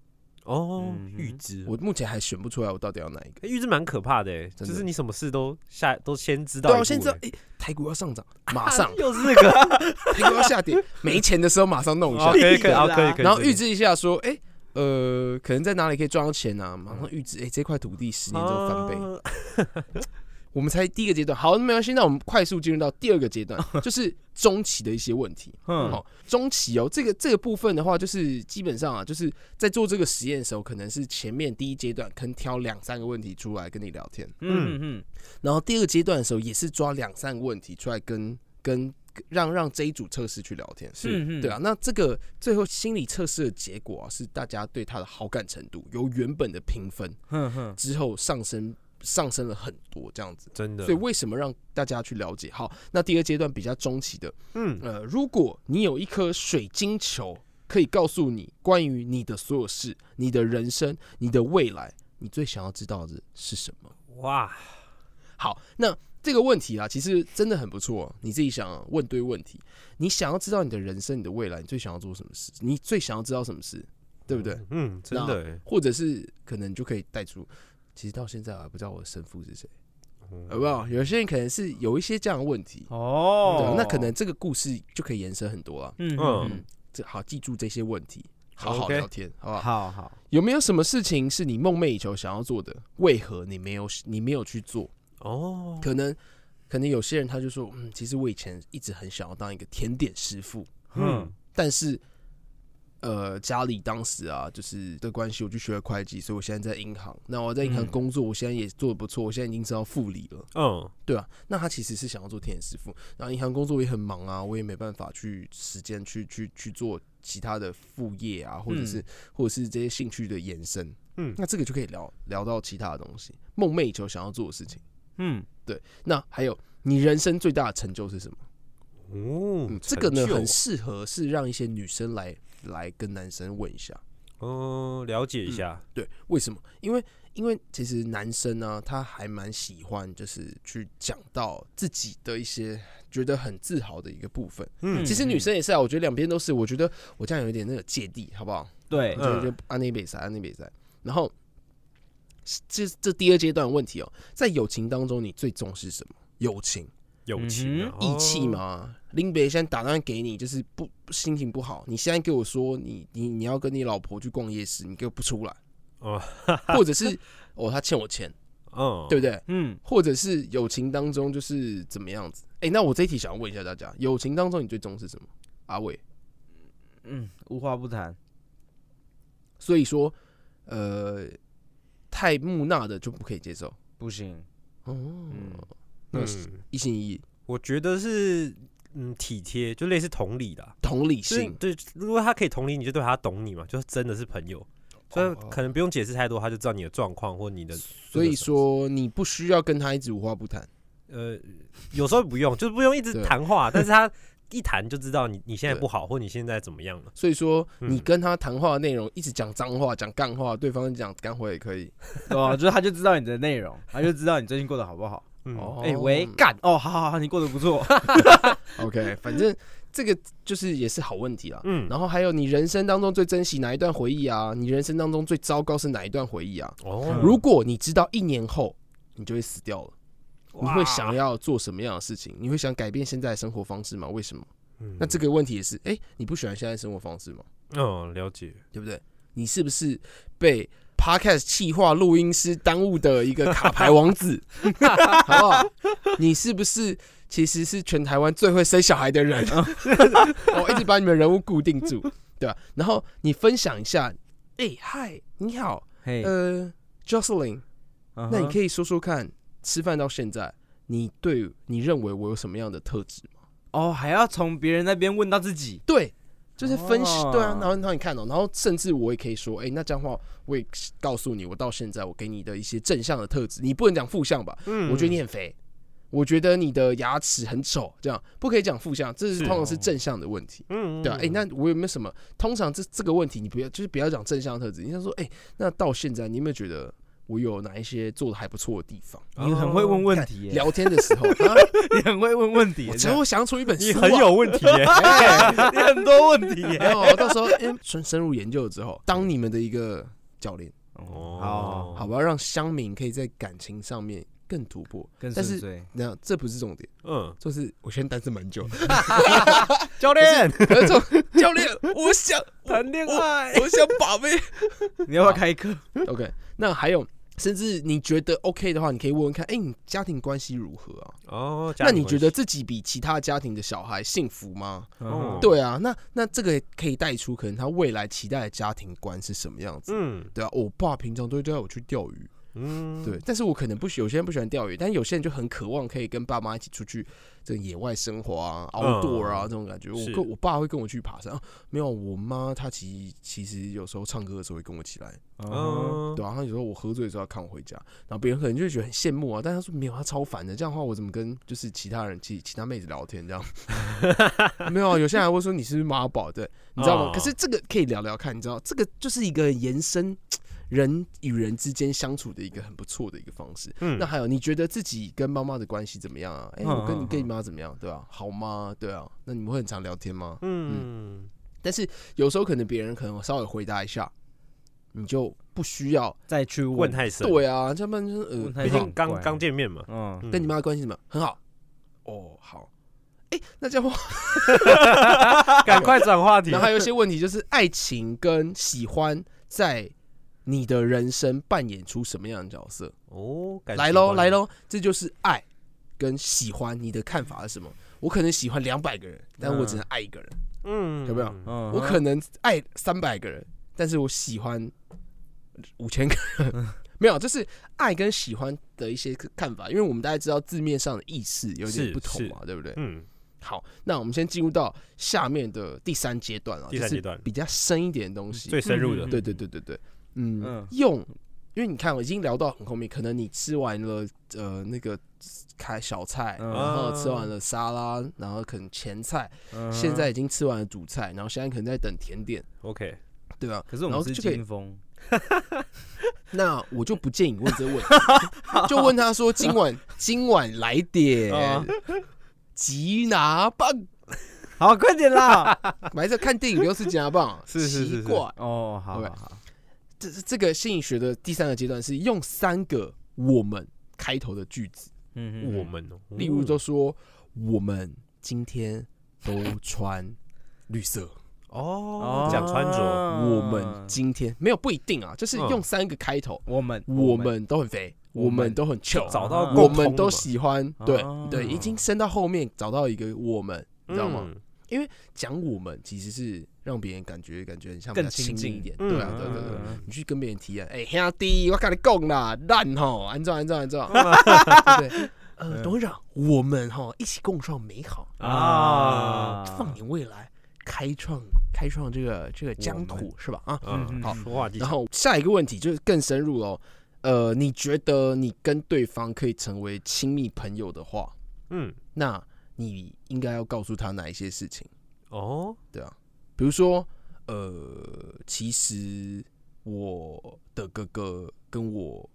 Speaker 2: 哦
Speaker 3: 嗯，哼；
Speaker 2: 预知，
Speaker 4: 我目前还选不出来我到底要哪一个。
Speaker 2: 欸预知蛮可怕的欸，就
Speaker 4: 真
Speaker 2: 是
Speaker 4: 的
Speaker 2: 你什么事都下都先知道一步欸，
Speaker 4: 对啊，我现在知道，哎、台股要上涨，马上
Speaker 3: <laughs> 又是这个，
Speaker 4: <laughs> 台股要下跌，没钱的时候马上弄
Speaker 3: <laughs>
Speaker 4: 一下
Speaker 2: 哦，。可以可以，
Speaker 3: 啦
Speaker 2: 啊可以可以，
Speaker 4: 然后
Speaker 2: 可以
Speaker 4: 预知一下说，哎、呃，可能在哪里可以赚到钱啊？
Speaker 3: 嗯
Speaker 4: 马上预知，哎、这块土地十年之后翻倍。
Speaker 3: 哦
Speaker 2: 啊
Speaker 4: 我们才第一个阶段，好，没关系，那我们快速进入到第二个阶
Speaker 3: <laughs>
Speaker 4: 段，就是中期的一些问题。
Speaker 3: 嗯
Speaker 4: 好，中期哦，这个这个部分的话，就是基本上啊，就是在做这个实验的时候，可能是前面第一阶段，可能挑两三个问题出来跟你聊天，
Speaker 3: 嗯嗯
Speaker 4: 然后第二阶段的时候，也是抓两三个问题出来跟跟让让这一组测试去聊天，
Speaker 3: 嗯嗯，
Speaker 4: 对啊，，那这个最后心理测试的结果啊，是大家对他的好感程度由原本的评分
Speaker 3: 哼哼，
Speaker 4: 之后上升上升了很多这样子。
Speaker 2: 真的，
Speaker 4: 所以为什么让大家去了解？好，那第二阶段比较中期的，
Speaker 2: 嗯
Speaker 4: 呃，如果你有一颗水晶球，可以告诉你关于你的所有事、你的人生、你的未来，你最想要知道的是什么？
Speaker 2: 哇，
Speaker 4: 好，那这个问题啊，其实真的很不错、你自己想、啊、问对问题，你想要知道你的人生、你的未来，你最想要做什么事？你最想要知道什么事，对不对？
Speaker 2: 嗯，真的欸，
Speaker 4: 或者是可能就可以带出，其实到现在我还不知道我的生父是谁，
Speaker 2: 嗯
Speaker 4: 好不好？有些人可能是有一些这样的问题，对啊
Speaker 3: 哦，
Speaker 4: 那可能这个故事就可以延伸很多啊。
Speaker 3: 嗯
Speaker 2: 嗯
Speaker 3: 嗯，
Speaker 4: 嗯，这好，记住这些问题，好好
Speaker 2: OK
Speaker 4: 聊天，好不好？
Speaker 3: 好好，
Speaker 4: 有没有什么事情是你梦寐以求想要做的？为何你没有你没有去做？
Speaker 2: 哦，
Speaker 4: 可能可能有些人他就说，嗯，其实我以前一直很想要当一个甜点师傅，
Speaker 3: 嗯
Speaker 2: 嗯，
Speaker 4: 但是呃家里当时啊就是的关系，我就学了会计，所以我现在在银行。那我在银行
Speaker 3: 嗯
Speaker 4: 工作，我现在也做的不错，我现在已经知道副理了，
Speaker 2: 嗯
Speaker 4: 对啊。那他其实是想要做甜点师傅，然后银行工作也很忙啊，我也没办法去时间去去去做其他的副业啊，或者是、
Speaker 3: 嗯
Speaker 4: 或者是这些兴趣的延伸。
Speaker 2: 嗯
Speaker 4: 那这个就可以聊聊到其他的东西，梦寐以求想要做的事情。
Speaker 3: 嗯，
Speaker 4: 那还有你人生最大的成就是什么？
Speaker 2: 哦
Speaker 4: 嗯，，这个呢
Speaker 2: 成就
Speaker 4: 很适合是让一些女生来来跟男生问一下，
Speaker 2: 嗯，了解一下，
Speaker 4: 对，为什么？因为因为其实男生呢、他还蛮喜欢就是去讲到自己的一些觉得很自豪的一个部分。
Speaker 2: 嗯
Speaker 4: 其实女生也是啊，我觉得两边都是，我觉得我这样有一点那个芥蒂，好不好？
Speaker 2: 哎
Speaker 3: 对
Speaker 4: 我，觉
Speaker 2: 嗯
Speaker 4: 得就安内比赛，安内比赛。然后这这第二阶段的问题哦，在友情当中你最重视什么？友情。
Speaker 2: 友情啊、
Speaker 4: 义气
Speaker 2: 哦，
Speaker 4: 嘛。林北现在打算给你，就是不心情不好，你现在给我说你你你要跟你老婆去逛夜市，你给我不出来，
Speaker 2: 哦，
Speaker 4: <laughs> 或者是哦他欠我钱，
Speaker 2: 嗯，
Speaker 4: 对不对？
Speaker 3: 嗯，
Speaker 4: 或者是友情当中就是怎么样子？哎、那我这一题想要问一下大家，友情当中你最重视什么？阿伟，
Speaker 3: 嗯，无话不谈。
Speaker 4: 所以说，呃，太木讷的就不可以接受。
Speaker 3: 不行，
Speaker 4: 哦，
Speaker 3: 嗯
Speaker 4: 那是
Speaker 2: 嗯，
Speaker 4: 一心一意，
Speaker 2: 我觉得是嗯体贴，就类似同理的啊，
Speaker 4: 同理
Speaker 2: 就是
Speaker 4: 心，
Speaker 2: 对，如果他可以同理你，就对他懂你嘛，就是真的是朋友，所以
Speaker 4: 哦
Speaker 2: 可能不用解释太多，他就知道你的状况或你的。
Speaker 4: 所以说你不需要跟他一直无话不谈。
Speaker 2: 呃，有时候不用，就是不用一直
Speaker 4: 对
Speaker 2: 谈话，但是他一谈就知道你你现在
Speaker 4: 对
Speaker 2: 不好，或你现在怎么样了。
Speaker 4: 所以说你
Speaker 2: 嗯
Speaker 4: 跟他谈话的内容一直讲脏话、讲干话，对方讲干话也可以。
Speaker 3: 对吧、就是他就知道你的内容，他就知道你最近过得好不好。
Speaker 2: 嗯，
Speaker 4: 哦
Speaker 3: 哎、喂，干哦，好好好，你过得不
Speaker 4: <laughs>
Speaker 3: 错。
Speaker 4: OK，反正这个就是也是好问题啦。
Speaker 2: 嗯，
Speaker 4: 然后还有你人生当中最珍惜哪一段回忆啊？你人生当中最糟糕是哪一段回忆啊？
Speaker 2: 哦，
Speaker 4: 如果你知道一年后你就会死掉了，你
Speaker 2: 哇
Speaker 4: 会想要做什么样的事情？你会想改变现在的生活方式吗？为什么？
Speaker 2: 嗯
Speaker 4: 那这个问题也是，哎、你不喜欢现在的生活方式吗？
Speaker 2: 嗯了解，
Speaker 4: 对不对？你是不是被 podcast 企划录音师耽误的一个卡牌王子？好不好？你是不是其实是全台湾最会生小孩的人？哦我一直把你们人物固定住，对吧、然后你分享一下，哎、嗨，你好，
Speaker 3: 嘿，嗯
Speaker 4: 呃，Jocelyn，那你可
Speaker 3: 以
Speaker 4: 以说说看，吃饭到现在，你对你认为我有什么样的特质吗？
Speaker 3: 哦，还要从别人那边问到自己。
Speaker 4: 对，就是分析，
Speaker 3: 哦
Speaker 4: 对啊，然后然后你看哦，然后甚至我也可以说，哎、那这样的话，我也告诉你，我到现在我给你的一些正向的特质，你不能讲负向吧？
Speaker 2: 嗯
Speaker 4: 我觉得你很肥，我觉得你的牙齿很丑，这样不可以讲负向，这是
Speaker 2: 是
Speaker 4: 通常是正向的问题。
Speaker 2: 嗯，
Speaker 4: 对啊，哎、那我有没有什么？通常这这个问题，你不要就是不要讲正向的特质，你想说，哎、那到现在你有没有觉得我有哪一些做的还不错的地方？
Speaker 3: 你很会问问题耶、
Speaker 4: 哦聊天的
Speaker 2: <laughs>
Speaker 4: 时候，啊、
Speaker 3: 你很会问问题耶、
Speaker 4: 我最后想出一本
Speaker 2: 你
Speaker 4: 书、啊，
Speaker 2: 很有问题
Speaker 4: <laughs>
Speaker 2: 耶，
Speaker 3: 你很多问题耶、
Speaker 4: 没有，我到时候哎深深入研究之后，当你们的一个教练，
Speaker 3: 哦，好，
Speaker 4: 好，我要让乡民可以在感情上面更突破。
Speaker 3: <laughs> 更
Speaker 4: 但
Speaker 3: 顺
Speaker 4: 是
Speaker 3: 遂。
Speaker 4: 那这不是重点，
Speaker 2: 嗯，
Speaker 4: 就是我先单身蛮久，
Speaker 3: 教练
Speaker 4: 可是这种 <laughs> 教练，我想
Speaker 3: 谈恋爱，
Speaker 4: 我想把妹。
Speaker 3: 你要不要开课？
Speaker 4: <laughs> OK，那还有，甚至你觉得 OK 的话，你可以问问看，哎、你家庭关系如何啊？
Speaker 2: 哦，
Speaker 4: 那你觉得自己比其他家庭的小孩幸福吗？
Speaker 3: 嗯
Speaker 2: 哦
Speaker 4: 对啊，那那这个可以带出可能他未来期待的家庭观是什么样子？
Speaker 2: 嗯
Speaker 4: 对啊，我爸平常都会带我去钓鱼，
Speaker 2: 嗯，
Speaker 4: 对，，但是我可能不喜，有些人不喜欢钓鱼，但有些人就很渴望可以跟爸妈一起出去这个野外生活啊、outdoor 啊、
Speaker 2: 嗯
Speaker 4: 这种感觉。我
Speaker 2: 是
Speaker 4: 跟我爸会跟我去爬山，啊、没有我妈她其实其实有时候唱歌的时候会跟我起来，
Speaker 3: 嗯，
Speaker 2: 嗯，
Speaker 4: 对啊，她有时候我喝醉的时候要看我回家，然后别人可能就会觉得很羡慕啊，但她说没有，她超烦的，这样的话我怎么跟就是其他人其其他妹子聊天这样？ <laughs> 没有啊，有些人还会说你是不是妈宝，对，你知道吗？
Speaker 2: 哦
Speaker 4: 可是这个可以聊聊看，你知道，这个就是一个延伸人与人之间相处的一个很不错的一个方式。
Speaker 2: 嗯，
Speaker 4: 那还有，你觉得自己跟妈妈的关系怎么样啊？哎、
Speaker 3: 嗯
Speaker 4: 我跟
Speaker 3: 嗯
Speaker 4: 你
Speaker 3: 嗯
Speaker 4: 跟你妈怎么样？对吧、好吗？对啊，那你们会很常聊天吗？
Speaker 2: 嗯，
Speaker 4: 但是有时候可能别人可能稍微回答一下，你就不需要。
Speaker 3: 再去
Speaker 2: 问
Speaker 3: 问，
Speaker 2: 太深，，
Speaker 4: 嗯对啊，要不然就是
Speaker 3: 问
Speaker 4: 呃，
Speaker 3: 太
Speaker 2: 毕
Speaker 4: 很好
Speaker 2: 竟刚
Speaker 3: 怪
Speaker 2: 刚见面嘛，
Speaker 3: 嗯，
Speaker 2: 嗯
Speaker 4: 跟
Speaker 2: <laughs>
Speaker 4: 你妈的关系怎么样？很好。哦，好。哎、那这样 <laughs> 的话，
Speaker 2: 赶快转话题
Speaker 4: 然，后还有一些问题就是爱情跟喜欢在你的人生扮演出什么样的角色？
Speaker 2: 哦，感
Speaker 4: 来
Speaker 2: 情
Speaker 4: 喽，
Speaker 2: 观
Speaker 4: 来，喽，这就是爱跟喜欢，你的看法是什么？我可能喜欢两百个人，但我只能爱一个人；
Speaker 2: 嗯，
Speaker 4: 有没有
Speaker 3: 嗯，
Speaker 4: 我可能爱三百个人，但是我喜欢五千个
Speaker 2: <laughs>
Speaker 4: 人。没有，就是爱跟喜欢的一些看法，因为我们大家知道字面上的意思有点
Speaker 2: 是
Speaker 4: 不同
Speaker 2: 是
Speaker 4: 嘛，对不对？
Speaker 2: 嗯，
Speaker 4: 好，那我们先进入到下面的第三阶段啊，
Speaker 2: 第
Speaker 4: 就
Speaker 2: 三
Speaker 4: 是
Speaker 2: 阶段
Speaker 4: 比较深一点的东西。
Speaker 2: 最深入的，
Speaker 4: 对对对对对，嗯，
Speaker 3: 嗯
Speaker 4: 用，因为你看我已经聊到很后面，可能你吃完了呃那个开小菜，
Speaker 3: 嗯
Speaker 4: 然后吃完了沙拉，然后可能前菜，
Speaker 3: 嗯
Speaker 4: 现在已经吃完了主菜，然后现在可能在等甜点，
Speaker 2: ，OK，
Speaker 4: 对吧？
Speaker 3: 可是我们
Speaker 4: 然后
Speaker 3: 是
Speaker 4: 就可以
Speaker 3: 金风，
Speaker 4: 那我就不建议你问这
Speaker 3: <laughs>
Speaker 4: 个问题， <laughs> 就问他说今晚今晚来点
Speaker 3: 哦
Speaker 4: 吉拿棒，
Speaker 3: 好，快点 <laughs> 啦！
Speaker 4: 买这看电影又是吉
Speaker 3: <laughs>
Speaker 4: 拿棒，
Speaker 2: 是是是
Speaker 4: 奇
Speaker 2: 是
Speaker 4: 怪。
Speaker 3: 哦，好
Speaker 4: OK
Speaker 3: 好好，
Speaker 4: 这这个心理学的第三个阶段是用三个我们开头的句子，
Speaker 3: 嗯
Speaker 2: 我们哦，
Speaker 4: 例如就说、我们今天都穿绿色。
Speaker 2: 哦，讲穿着，
Speaker 3: 啊
Speaker 4: 我们今天没有不一定啊，就是用三个开头，
Speaker 3: 哦嗯我们
Speaker 4: 我们都很肥，
Speaker 3: 我们
Speaker 4: 我们都很 chill，
Speaker 2: 找到
Speaker 3: 啊
Speaker 2: 沟
Speaker 4: 我
Speaker 2: 通
Speaker 4: 们
Speaker 2: 的
Speaker 4: 都
Speaker 2: 嘛
Speaker 4: 喜欢，对
Speaker 3: 哦
Speaker 4: 对，已经升到后面找到一个我们，你知道吗？
Speaker 2: 嗯？
Speaker 4: 讲我们其实是让别人感觉感觉很像
Speaker 3: 更
Speaker 4: 比较亲
Speaker 3: 亲
Speaker 4: 近
Speaker 3: 近
Speaker 4: 一点，
Speaker 2: 嗯
Speaker 4: 对啊，对对对。
Speaker 3: 嗯
Speaker 4: 你去跟别人提啊，哎、兄弟，我跟你讲啦，烂吼，安照安照
Speaker 2: <laughs>
Speaker 4: 安照，对不对？呃，
Speaker 3: 嗯
Speaker 4: 董事长，我们哈一起共创美好，
Speaker 2: 啊
Speaker 4: 放眼未来，开创开创这个这个疆
Speaker 3: 我
Speaker 4: 土是吧？啊，
Speaker 2: 嗯，
Speaker 4: 好
Speaker 2: 说话技
Speaker 4: 然
Speaker 2: 巧，
Speaker 4: 后下一个问题就是更深入喽。呃，你觉得你跟对方可以成为亲密朋友的话，
Speaker 2: 嗯，
Speaker 4: 那你应该要告诉他哪一些事情？
Speaker 2: 哦，
Speaker 4: 比如说，呃，其实我的哥哥跟我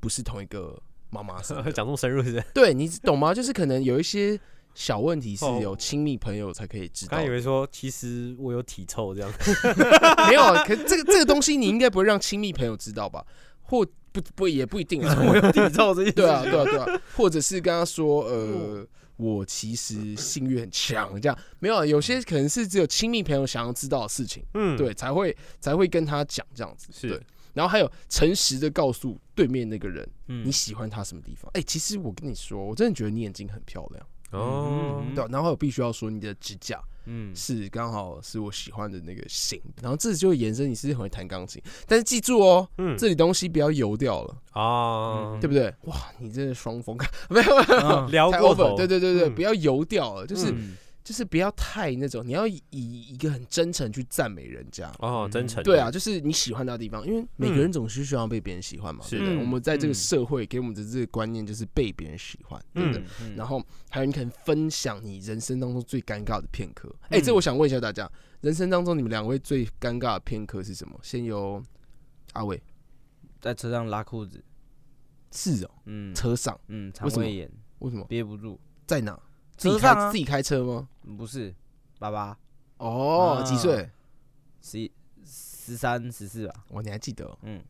Speaker 4: 不是同一个妈妈生
Speaker 2: <laughs> <laughs>
Speaker 4: 的，
Speaker 2: 讲这么深入是不是？
Speaker 4: 对你懂吗？就是可能有一些小问题是
Speaker 2: 哦
Speaker 4: 有亲密朋友才可以知道
Speaker 2: 刚
Speaker 4: 的，
Speaker 2: 以为说其实我有体臭这样，
Speaker 4: <laughs> 没有，啊可这个这个东西你应该不会让亲密朋友知道吧？或不不也不一定
Speaker 2: <laughs>
Speaker 4: 啊，
Speaker 3: 我有体臭这件事，
Speaker 4: <laughs> 对啊，对啊，对啊，或者是跟他说，呃，我其实性欲很强，这样没有，啊有些可能是只有亲密朋友想要知道的事情，
Speaker 2: 嗯，
Speaker 4: 对，才会才会跟他讲这样子，
Speaker 2: 是
Speaker 4: 对。然后还有诚实的告诉对面那个人
Speaker 3: 嗯
Speaker 4: 你喜欢他什么地方。哎、其实我跟你说，我真的觉得你眼睛很漂亮，
Speaker 2: 哦，
Speaker 3: 嗯
Speaker 4: 对啊、然后还有必须要说你的指甲
Speaker 3: 嗯
Speaker 4: 是刚好是我喜欢的那个型，然后这就会延伸你是不是很会弹钢琴，但是记住哦，
Speaker 2: 嗯，
Speaker 4: 这里东西不要油掉了，
Speaker 2: 啊
Speaker 3: 嗯，
Speaker 4: 对不对？哇，你真是双峰，没有。
Speaker 3: 嗯
Speaker 2: 聊
Speaker 4: 太
Speaker 2: 过
Speaker 4: over，
Speaker 2: 头，
Speaker 4: 对对对对，
Speaker 2: 嗯
Speaker 4: 不要油掉了， <laughs> 就是、
Speaker 3: 嗯
Speaker 4: 就是不要太那种，你要以以一个很真诚去赞美人家。
Speaker 2: 哦，真诚，
Speaker 4: 对啊，，就是你喜欢他的地方，因为每个人总是希望被别人喜欢嘛。
Speaker 2: 是
Speaker 4: 对不对
Speaker 3: 嗯
Speaker 4: 我们在这个
Speaker 3: 嗯
Speaker 4: 社会给我们的这个观念就是被别人喜欢，对不对？
Speaker 2: 嗯
Speaker 3: 嗯
Speaker 4: 然后还有你可能分享你人生当中最尴尬的片刻。
Speaker 3: 嗯
Speaker 4: 哎、这我想问一下大家，人生当中你们两位最尴尬的片刻是什么？先由阿伟，
Speaker 3: 在车上拉裤子，
Speaker 4: 是哦，
Speaker 3: 嗯
Speaker 4: 车上
Speaker 3: 嗯，肠
Speaker 4: 为什么
Speaker 3: 胃炎
Speaker 4: 为什么？
Speaker 3: 憋不住，
Speaker 4: 在哪？自己
Speaker 3: 车
Speaker 4: 开、
Speaker 3: 上啊
Speaker 4: 自己开车吗？
Speaker 3: 不是爸爸
Speaker 4: 哦，
Speaker 3: 啊
Speaker 4: 几岁？
Speaker 3: 十一十三十四吧，
Speaker 4: 哇，你还记得哦、
Speaker 3: 嗯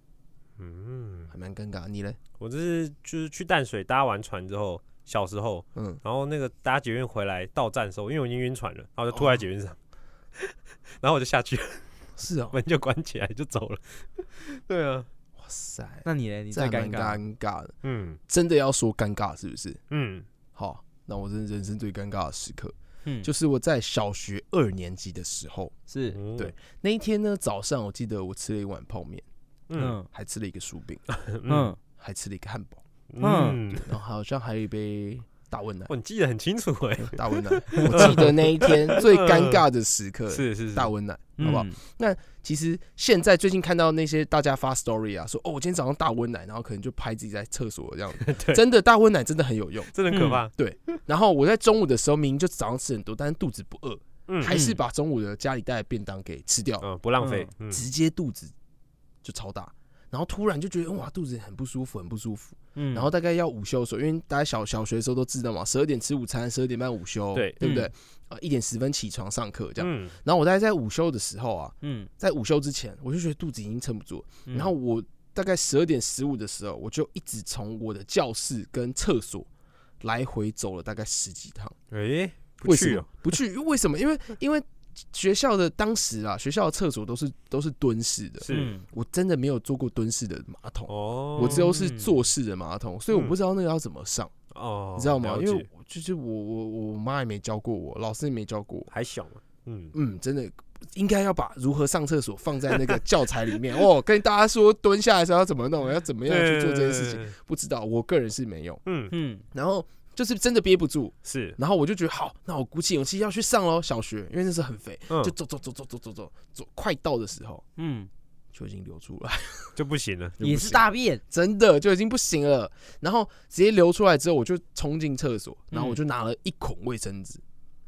Speaker 2: 嗯，
Speaker 4: 还蛮尴尬。你嘞？
Speaker 2: 我这是就是去淡水搭完船之后，小时候，
Speaker 4: 嗯，
Speaker 2: 然后那个搭捷运回来到站的时候，因为我已经晕船了，然后我就
Speaker 4: 哦
Speaker 2: 吐在捷运上， <laughs> 然后我就下去了，
Speaker 4: 是哦，
Speaker 2: 门就关起来就走了。 <laughs> 对啊，
Speaker 4: 哇塞，
Speaker 3: 那你嘞？你
Speaker 4: 这
Speaker 3: 最
Speaker 4: 还
Speaker 3: 尴
Speaker 4: 蛮
Speaker 3: 尬？
Speaker 4: 尴尬的，
Speaker 2: 嗯
Speaker 4: 真的要说尴尬是不是？
Speaker 2: 嗯，
Speaker 4: 好，那我真的人生最尴尬的时刻，
Speaker 3: 嗯，
Speaker 4: 就是我在小学二年级的时候，
Speaker 3: 是
Speaker 2: 哦
Speaker 4: 对，那一天呢，早上我记得我吃了一碗泡面，
Speaker 2: 嗯
Speaker 3: 嗯
Speaker 4: 还吃了一个薯饼， <laughs>
Speaker 2: 嗯
Speaker 3: 嗯
Speaker 4: 还吃了一个汉堡，
Speaker 2: 嗯，哦
Speaker 4: 然后好像还有一杯大温奶
Speaker 2: 哇，，你记得很清楚哎，
Speaker 4: 大温奶。我记得那一天最尴尬的
Speaker 3: <laughs>
Speaker 4: 时刻
Speaker 2: 是是是，
Speaker 4: 大温奶，
Speaker 3: 嗯，
Speaker 4: 好不好？其实现在最近看到那些大家发 story 啊，说哦，我今天早上大温奶，然后可能就拍自己在厕所这样子
Speaker 2: <laughs> 对。
Speaker 4: 真的大温奶真的很有用。
Speaker 2: 真的很可怕，
Speaker 4: 然后我在中午的时候，明明就早上吃很多，但是肚子不饿，
Speaker 2: 嗯
Speaker 4: 还是把中午的家里带的便当给吃掉，
Speaker 2: 嗯，不浪费，嗯
Speaker 4: 直接肚子就超大。然后突然就觉得哇，肚子很不舒服，很不舒服。
Speaker 3: 嗯？
Speaker 4: 然后大概要午休的时候，因为大家小小学的时候都知道嘛，十二点吃午餐，十二点半午休，
Speaker 2: 对
Speaker 4: 对不对
Speaker 3: 嗯？
Speaker 4: 啊，一点十分起床上课这样。
Speaker 2: 嗯
Speaker 4: 然后我大概在午休的时候啊，
Speaker 3: 嗯，
Speaker 4: 在午休之前，我就觉得肚子已经撑不住了。
Speaker 3: 嗯
Speaker 4: 然后我大概十二点十五的时候，我就一直从我的教室跟厕所来回走了大概十几趟。
Speaker 2: 诶，不
Speaker 4: 为什
Speaker 2: 去
Speaker 4: 么
Speaker 2: 哦，
Speaker 4: 不去？为什么？因为因为学校的当时啊，学校的厕所都是都是蹲式的，
Speaker 2: 是
Speaker 3: 嗯
Speaker 4: 我真的没有坐过蹲式的马桶，
Speaker 2: 哦，
Speaker 4: 我只有是坐式的马桶，所以我
Speaker 2: 嗯
Speaker 4: 不知道那个要怎么上，
Speaker 2: 哦，
Speaker 4: 你知道吗？
Speaker 2: 了
Speaker 4: 因为
Speaker 2: 解
Speaker 4: 我就是我我我妈也没教过我，老师也没教过我，
Speaker 2: 还小嘛，嗯，
Speaker 4: 嗯，真的应该要把如何上厕所放在那个教材里面哦，跟大家说蹲下来的时候要怎么弄，要怎么样去做这件事情，
Speaker 2: 情，
Speaker 4: 不知道，我个人是没有，
Speaker 2: 嗯，
Speaker 3: 嗯
Speaker 4: 然后就是真的憋不住，
Speaker 2: 是，
Speaker 4: 然后我就觉得好，那我鼓起勇气要去上喽，小学，因为那时候很肥，
Speaker 2: 嗯
Speaker 4: 就走走走走走走走走，快到的时候
Speaker 3: 嗯，
Speaker 4: 就已经流出来，
Speaker 2: 就不行了，
Speaker 3: 也是大便，
Speaker 4: 真的就已经不行了，然后直接流出来之后，我就冲进厕所，然后我就拿了一捆卫生纸，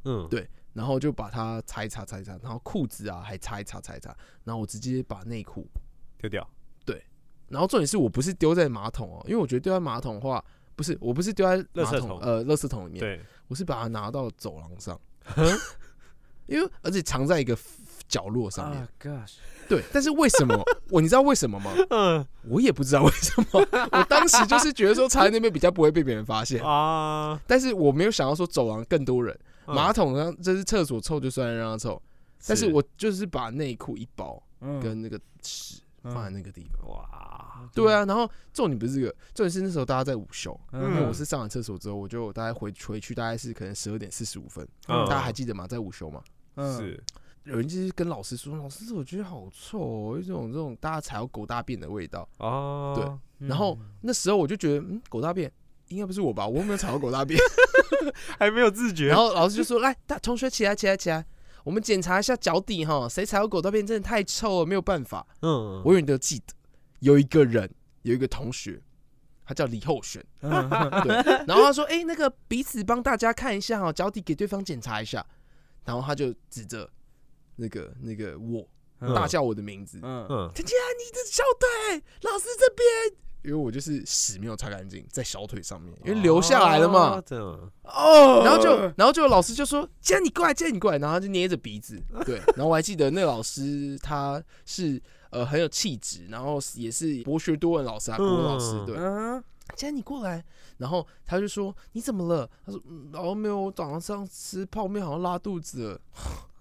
Speaker 2: 嗯，
Speaker 4: 对然后就把它擦一擦擦一擦，然后裤子啊还擦一擦擦一擦，然后我直接把内裤
Speaker 2: 丢掉，
Speaker 4: 然后重点是我不是丢在马桶哦，因为我觉得丢在马桶的话，不是我不是丢在马
Speaker 2: 垃圾
Speaker 4: 桶
Speaker 2: 桶
Speaker 4: 呃垃圾桶里面，
Speaker 2: 对，
Speaker 4: 我是把它拿到走廊上，因为而且藏在一个角落上面。
Speaker 3: 啊，gosh，
Speaker 4: 对，但是为什么我你知道为什么吗？
Speaker 2: 嗯
Speaker 4: 我也不知道为什么，我当时就是觉得说茶园那边比较不会被别人发现，
Speaker 2: 啊，
Speaker 4: 但是我没有想到说走廊更多人，
Speaker 2: 嗯
Speaker 4: 马桶上这是厕所臭就算了让它臭，但是我就是把内裤一包
Speaker 3: 嗯，
Speaker 4: 跟那个屎放在那个地方。
Speaker 2: 嗯哇，
Speaker 4: 对啊，然后重点不是这个，重点是那时候大家在午休，因
Speaker 3: 嗯，
Speaker 4: 为
Speaker 2: 嗯
Speaker 4: 我是上完厕所之后，我就大概回回去大概是可能十二点四十五分，
Speaker 2: 嗯
Speaker 4: 大家还记得吗？在午休嘛，
Speaker 3: 嗯，
Speaker 2: 是
Speaker 4: 有人就是跟老师说，老师我觉得好臭、哦，有一种这种大家踩到狗大便的味道。
Speaker 2: 哦，
Speaker 4: 对
Speaker 3: 嗯
Speaker 4: 然后那时候我就觉得，嗯，狗大便应该不是我吧？我有没有踩到狗
Speaker 2: <laughs>
Speaker 4: 大便？
Speaker 2: 还没有自觉，
Speaker 4: 然后老师就说，来，大同学起来，起来，起来，我们检查一下脚底哈，谁踩到狗大便真的太臭了，没有办法。
Speaker 2: 嗯，
Speaker 4: 我永远都记得有一个人，有一个同学，他叫李厚璇，
Speaker 3: 嗯
Speaker 4: 对，然后他说，哎、那个彼此帮大家看一下哈，脚底给对方检查一下，然后他就指着那个那个我
Speaker 3: 嗯
Speaker 4: <laughs> 大，叫我的名字，
Speaker 3: 嗯
Speaker 2: 嗯
Speaker 4: 陈杰安，你的小腿，老师这边。因为我就是屎没有擦干净，在小腿上面，因为流下来了嘛。
Speaker 2: 哦，这样
Speaker 3: 哦
Speaker 4: 然后就，然后就老师就说：“杰安，你过来，杰安，你过来。”然后他就捏着鼻子，对。然后我还记得那老师他是呃很有气质，然后也是博学多闻老师啊，国文老师
Speaker 2: 嗯
Speaker 4: 对。
Speaker 3: 嗯，
Speaker 4: 杰安，你过来。然后他就说：“你怎么了？”他说：“嗯，哦，没有，我早上吃泡面，好像拉肚子了。”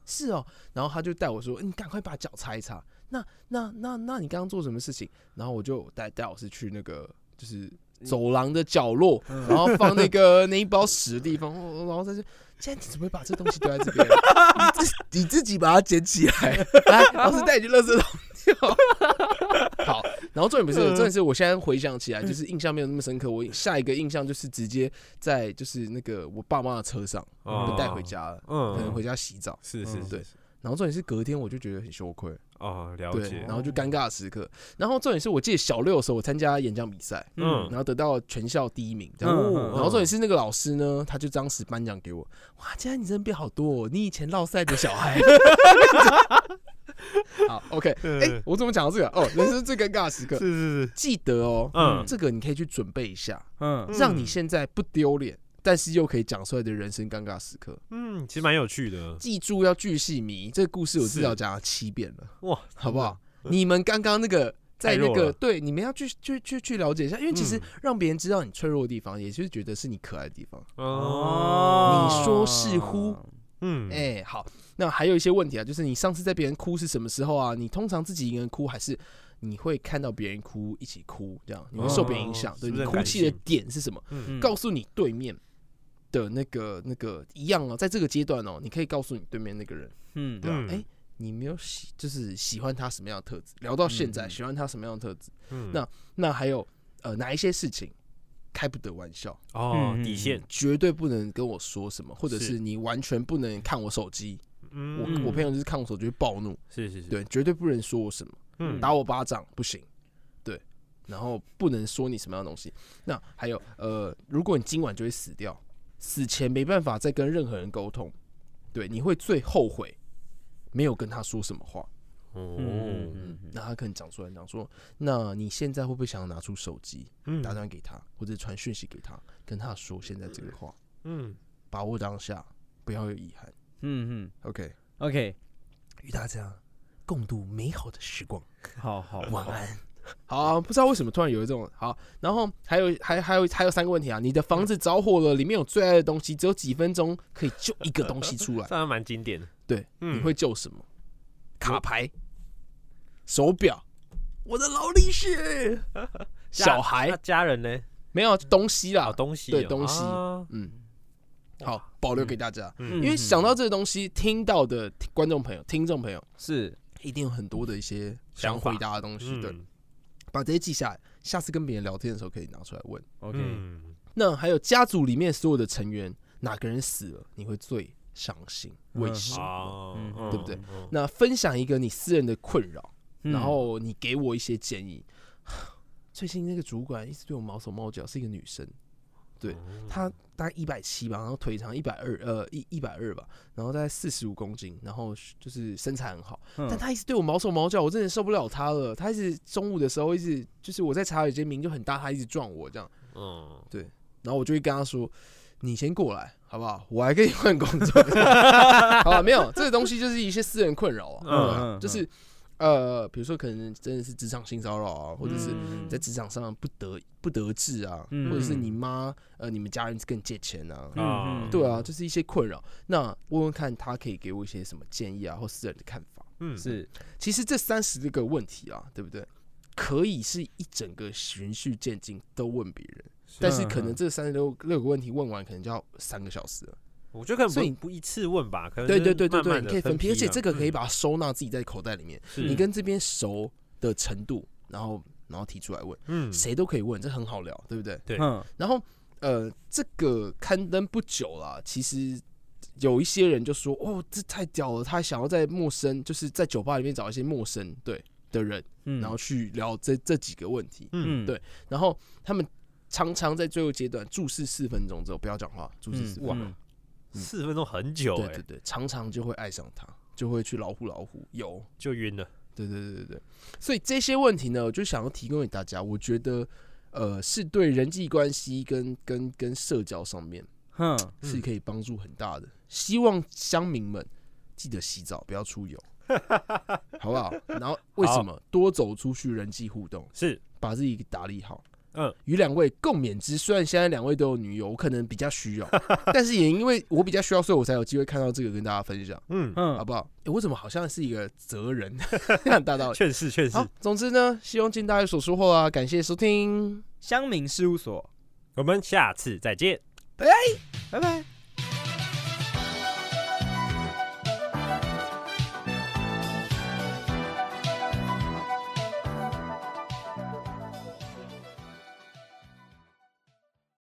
Speaker 4: <laughs> 是哦。然后他就带我说：“嗯你赶快把脚擦一擦。那”那那那你刚刚做什么事情？然后我就带带老师去那个就是走廊的角落，
Speaker 3: 嗯
Speaker 4: 然后放那个 <laughs> 那一包屎的地方，哦然后再说：“现在你怎么会把这东西丢在这边？你自你自己把它捡起来，来，老师带你去垃圾桶 <laughs> 丢。”好，然后重点不是，重点是我现在回想起来，就是印象没有那么深刻。我下一个印象就是直接在就是那个我爸妈的车上
Speaker 2: 哦
Speaker 4: 被带回家了，可能
Speaker 2: 嗯，
Speaker 4: 回家洗澡。
Speaker 2: 是是
Speaker 3: 嗯
Speaker 2: 是
Speaker 4: 对
Speaker 2: 是
Speaker 4: 然后重点是隔天我就觉得很羞愧，
Speaker 2: 哦，了
Speaker 4: 对，
Speaker 2: 解
Speaker 4: 然，后就尴尬的时刻。然后重点是我记得小六的时候，我参加演讲比赛，
Speaker 2: 嗯
Speaker 4: 然后得到全校第一名，这样。
Speaker 3: 嗯
Speaker 4: 然后重点是那个老师呢，他就当时颁奖给我，哇，竟然你真的变好多、哦，你以前落赛的小孩。 <laughs> 好，OK，哎、
Speaker 2: 嗯
Speaker 4: 我怎么讲到这个？哦，人生最尴尬的时刻
Speaker 2: 是，是是，
Speaker 4: <laughs> 记得哦，
Speaker 2: 嗯
Speaker 4: 这个你可以去准备一下，
Speaker 3: 嗯，
Speaker 4: 让你现在不丢脸，但是又可以讲出来的人生尴尬时刻。
Speaker 2: 嗯，其实蛮有趣的，
Speaker 4: 记住要巨细迷，这个故事我至少
Speaker 2: 是
Speaker 4: 讲了七遍了，
Speaker 2: 哇，
Speaker 4: 好不好？你们刚刚那个。在
Speaker 2: 太
Speaker 4: 那
Speaker 2: 弱
Speaker 4: 个
Speaker 2: 了
Speaker 4: 对，你们要去去去去了解一下，因为其实
Speaker 2: 嗯
Speaker 4: 让别人知道你脆弱的地方，也就是觉得是你可爱的地方。
Speaker 2: 哦，
Speaker 4: 你说是乎
Speaker 2: 嗯，
Speaker 4: 哎、好，那还有一些问题啊，就是你上次在别人哭是什么时候啊？你通常自己一个人哭，还是你会看到别人哭一起哭？这样你会受别人影响？
Speaker 2: 哦是
Speaker 4: 对
Speaker 2: 不
Speaker 4: 你
Speaker 2: 是很
Speaker 4: 哭
Speaker 2: 感
Speaker 4: 泣的
Speaker 2: 性
Speaker 4: 点是什么？
Speaker 3: 嗯
Speaker 4: 告诉你对面的那个那个一样哦，在这个阶段哦，你可以告诉你对面那个人，
Speaker 3: 嗯
Speaker 4: 对吧？哎、
Speaker 2: 嗯
Speaker 4: 你没有喜，就是喜欢他什么样的特质？聊到现在，
Speaker 3: 嗯
Speaker 4: 喜欢他什么样的特质？
Speaker 2: 嗯
Speaker 4: 那还有呃，哪一些事情开不得玩笑？
Speaker 2: 哦
Speaker 3: 嗯
Speaker 2: 底线，
Speaker 4: 绝对不能跟我说什么，或者
Speaker 2: 是
Speaker 4: 是你完全不能看我手机。
Speaker 2: 嗯，
Speaker 4: 我我朋友就是看我手机会暴怒，
Speaker 2: 是是是，
Speaker 4: 对，绝对不能说我什么，
Speaker 2: 嗯，
Speaker 4: 打我巴掌不行，对，然后不能说你什么样的东西。那还有呃，如果你今晚就会死掉，死前没办法再跟任何人沟通，对，你会最后悔没有跟他说什么话。
Speaker 2: 哦，
Speaker 4: 嗯，那他可能讲出来讲说，那你现在会不会想要拿出手机
Speaker 2: 嗯，
Speaker 4: 打电话给他，或者传讯息给他，跟他说现在这个话，
Speaker 2: 嗯，
Speaker 4: 把握当下，不要有遗憾。
Speaker 3: 嗯嗯
Speaker 4: OK，
Speaker 3: ，OK，
Speaker 4: 与大家共度美好的时光。
Speaker 3: 好好，
Speaker 4: 晚安。好、啊，不知道为什么突然有一种好，然后还有 <laughs> 还还有还有三个问题啊！你的房子着火了，里面有最爱的东西，只有几分钟可以救一个东西 <laughs> 出来，
Speaker 2: 这还蛮经典的，
Speaker 4: 对，
Speaker 2: 嗯
Speaker 4: 你会救什么？卡牌、手表、嗯我的劳力士、 <laughs> 小孩 <laughs>
Speaker 2: 那，家人呢？
Speaker 4: 没有啊东西啦
Speaker 2: 哦，，东西
Speaker 4: 对
Speaker 2: 哦
Speaker 4: 东西
Speaker 2: 啊
Speaker 4: 嗯，好，保留给大家，
Speaker 2: 嗯
Speaker 4: 因为想到这个东西，听到的观众朋友、听众朋友
Speaker 3: 是
Speaker 4: 一定有很多的一些想
Speaker 2: 想法
Speaker 4: 回答的东西，对，
Speaker 2: 嗯
Speaker 4: 把这些记下来，下次跟别人聊天的时候可以拿出来问。
Speaker 3: OK，
Speaker 2: 嗯
Speaker 4: 那还有家族里面所有的成员，哪个人死了，你会最伤心？为什么？
Speaker 2: 哦
Speaker 3: 嗯，
Speaker 2: 嗯
Speaker 4: 对不对？
Speaker 2: 嗯
Speaker 4: 那分享一个你私人的困扰，
Speaker 3: 嗯
Speaker 4: 然后你给我一些建议。 <sighs> 最近那个主管一直对我毛手毛脚，是一个女生，
Speaker 3: 嗯
Speaker 4: 对她大概一百七吧，然后腿长一百二，呃一一百二吧，然后大概四十五公斤，然后就是身材很好，
Speaker 3: 嗯
Speaker 4: 但她一直对我毛手毛脚，我真的受不了她了。她一直中午的时候一直就是我在茶水间名就很大，她一直撞我这样。
Speaker 2: 嗯
Speaker 4: 然后我就会跟他说：“你先过来好不好？我来跟你换工作。 <laughs> 好了，没有这个东西就是一些私人困扰啊，
Speaker 2: 嗯
Speaker 4: 对啊
Speaker 3: 嗯
Speaker 4: 就是呃，比如说可能真的是职场性骚扰啊，或者是
Speaker 3: 嗯
Speaker 4: 在职场上不得不得志啊，
Speaker 3: 嗯
Speaker 4: 或者是你妈呃你们家人跟你借钱啊，
Speaker 3: 嗯
Speaker 2: 啊
Speaker 4: 对啊，就是一些困扰。那问问看他可以给我一些什么建议啊，或私人的看法。
Speaker 2: 嗯，
Speaker 3: 是
Speaker 4: 其实这三十个问题啊，对不对？可以是一整个循序渐进都问别人，但
Speaker 2: 嗯
Speaker 4: 是
Speaker 3: 嗯
Speaker 4: 可能这三十六六个问题问完，可能就要三个小时了。
Speaker 2: 我觉得可
Speaker 4: 所以
Speaker 2: 能不不一次问吧，可能
Speaker 4: 对
Speaker 2: 呃就
Speaker 4: 对
Speaker 2: 是
Speaker 4: 对对
Speaker 2: 慢
Speaker 4: 对，
Speaker 2: 慢
Speaker 4: 你
Speaker 2: 地
Speaker 4: 可以分批，而且这个可以
Speaker 2: 嗯
Speaker 4: 把它收纳自己在口袋里面，
Speaker 2: 是
Speaker 4: 你跟这边熟的程度，然后然后提出来问，
Speaker 2: 嗯
Speaker 4: 谁都可以问，这很好聊，对不对？
Speaker 2: 对
Speaker 3: 嗯
Speaker 4: 然后呃，这个刊登不久啦，其实有一些人就说，哦，这太屌了，他想要在陌生，就是在酒吧里面找一些陌生对的人，
Speaker 3: 嗯
Speaker 4: 然后去聊这这几个问题，
Speaker 2: 嗯
Speaker 4: 对然后他们常常在最后阶段注视四分钟之后不要讲话，注
Speaker 2: 嗯
Speaker 4: 视四分
Speaker 3: 哇
Speaker 4: 钟，
Speaker 2: 四分钟很久
Speaker 4: 嗯对
Speaker 2: 哎
Speaker 4: 对，对，常常就会爱上他，就会去老虎老虎有。
Speaker 2: 就晕了，
Speaker 4: 对对对对对，所以这些问题呢，我就想要提供给大家。我觉得，呃，是对人际关系跟跟跟社交上面
Speaker 3: 哼
Speaker 4: 是
Speaker 2: 嗯
Speaker 4: 可以帮助很大的。希望乡民们记得洗澡，不要出游，好不好？然后为什么多走出去人际互动，
Speaker 2: 是
Speaker 4: 把自己给打理好？
Speaker 2: 嗯，
Speaker 4: 与两位共勉之。虽然现在两位都有女友，我可能比较需要，但是也因为我比较需要，所以我才有机会看到这个跟大家分享，
Speaker 2: 嗯，
Speaker 4: 好
Speaker 3: 嗯
Speaker 4: 不好？诶我怎么好像是一个责 <laughs> 人？很大道理。
Speaker 2: 确实确实
Speaker 4: 好，，总之呢，希望尽大家所收获啊！感谢收听。
Speaker 3: 乡民事务所，
Speaker 2: 我们下次再见。
Speaker 3: 拜拜。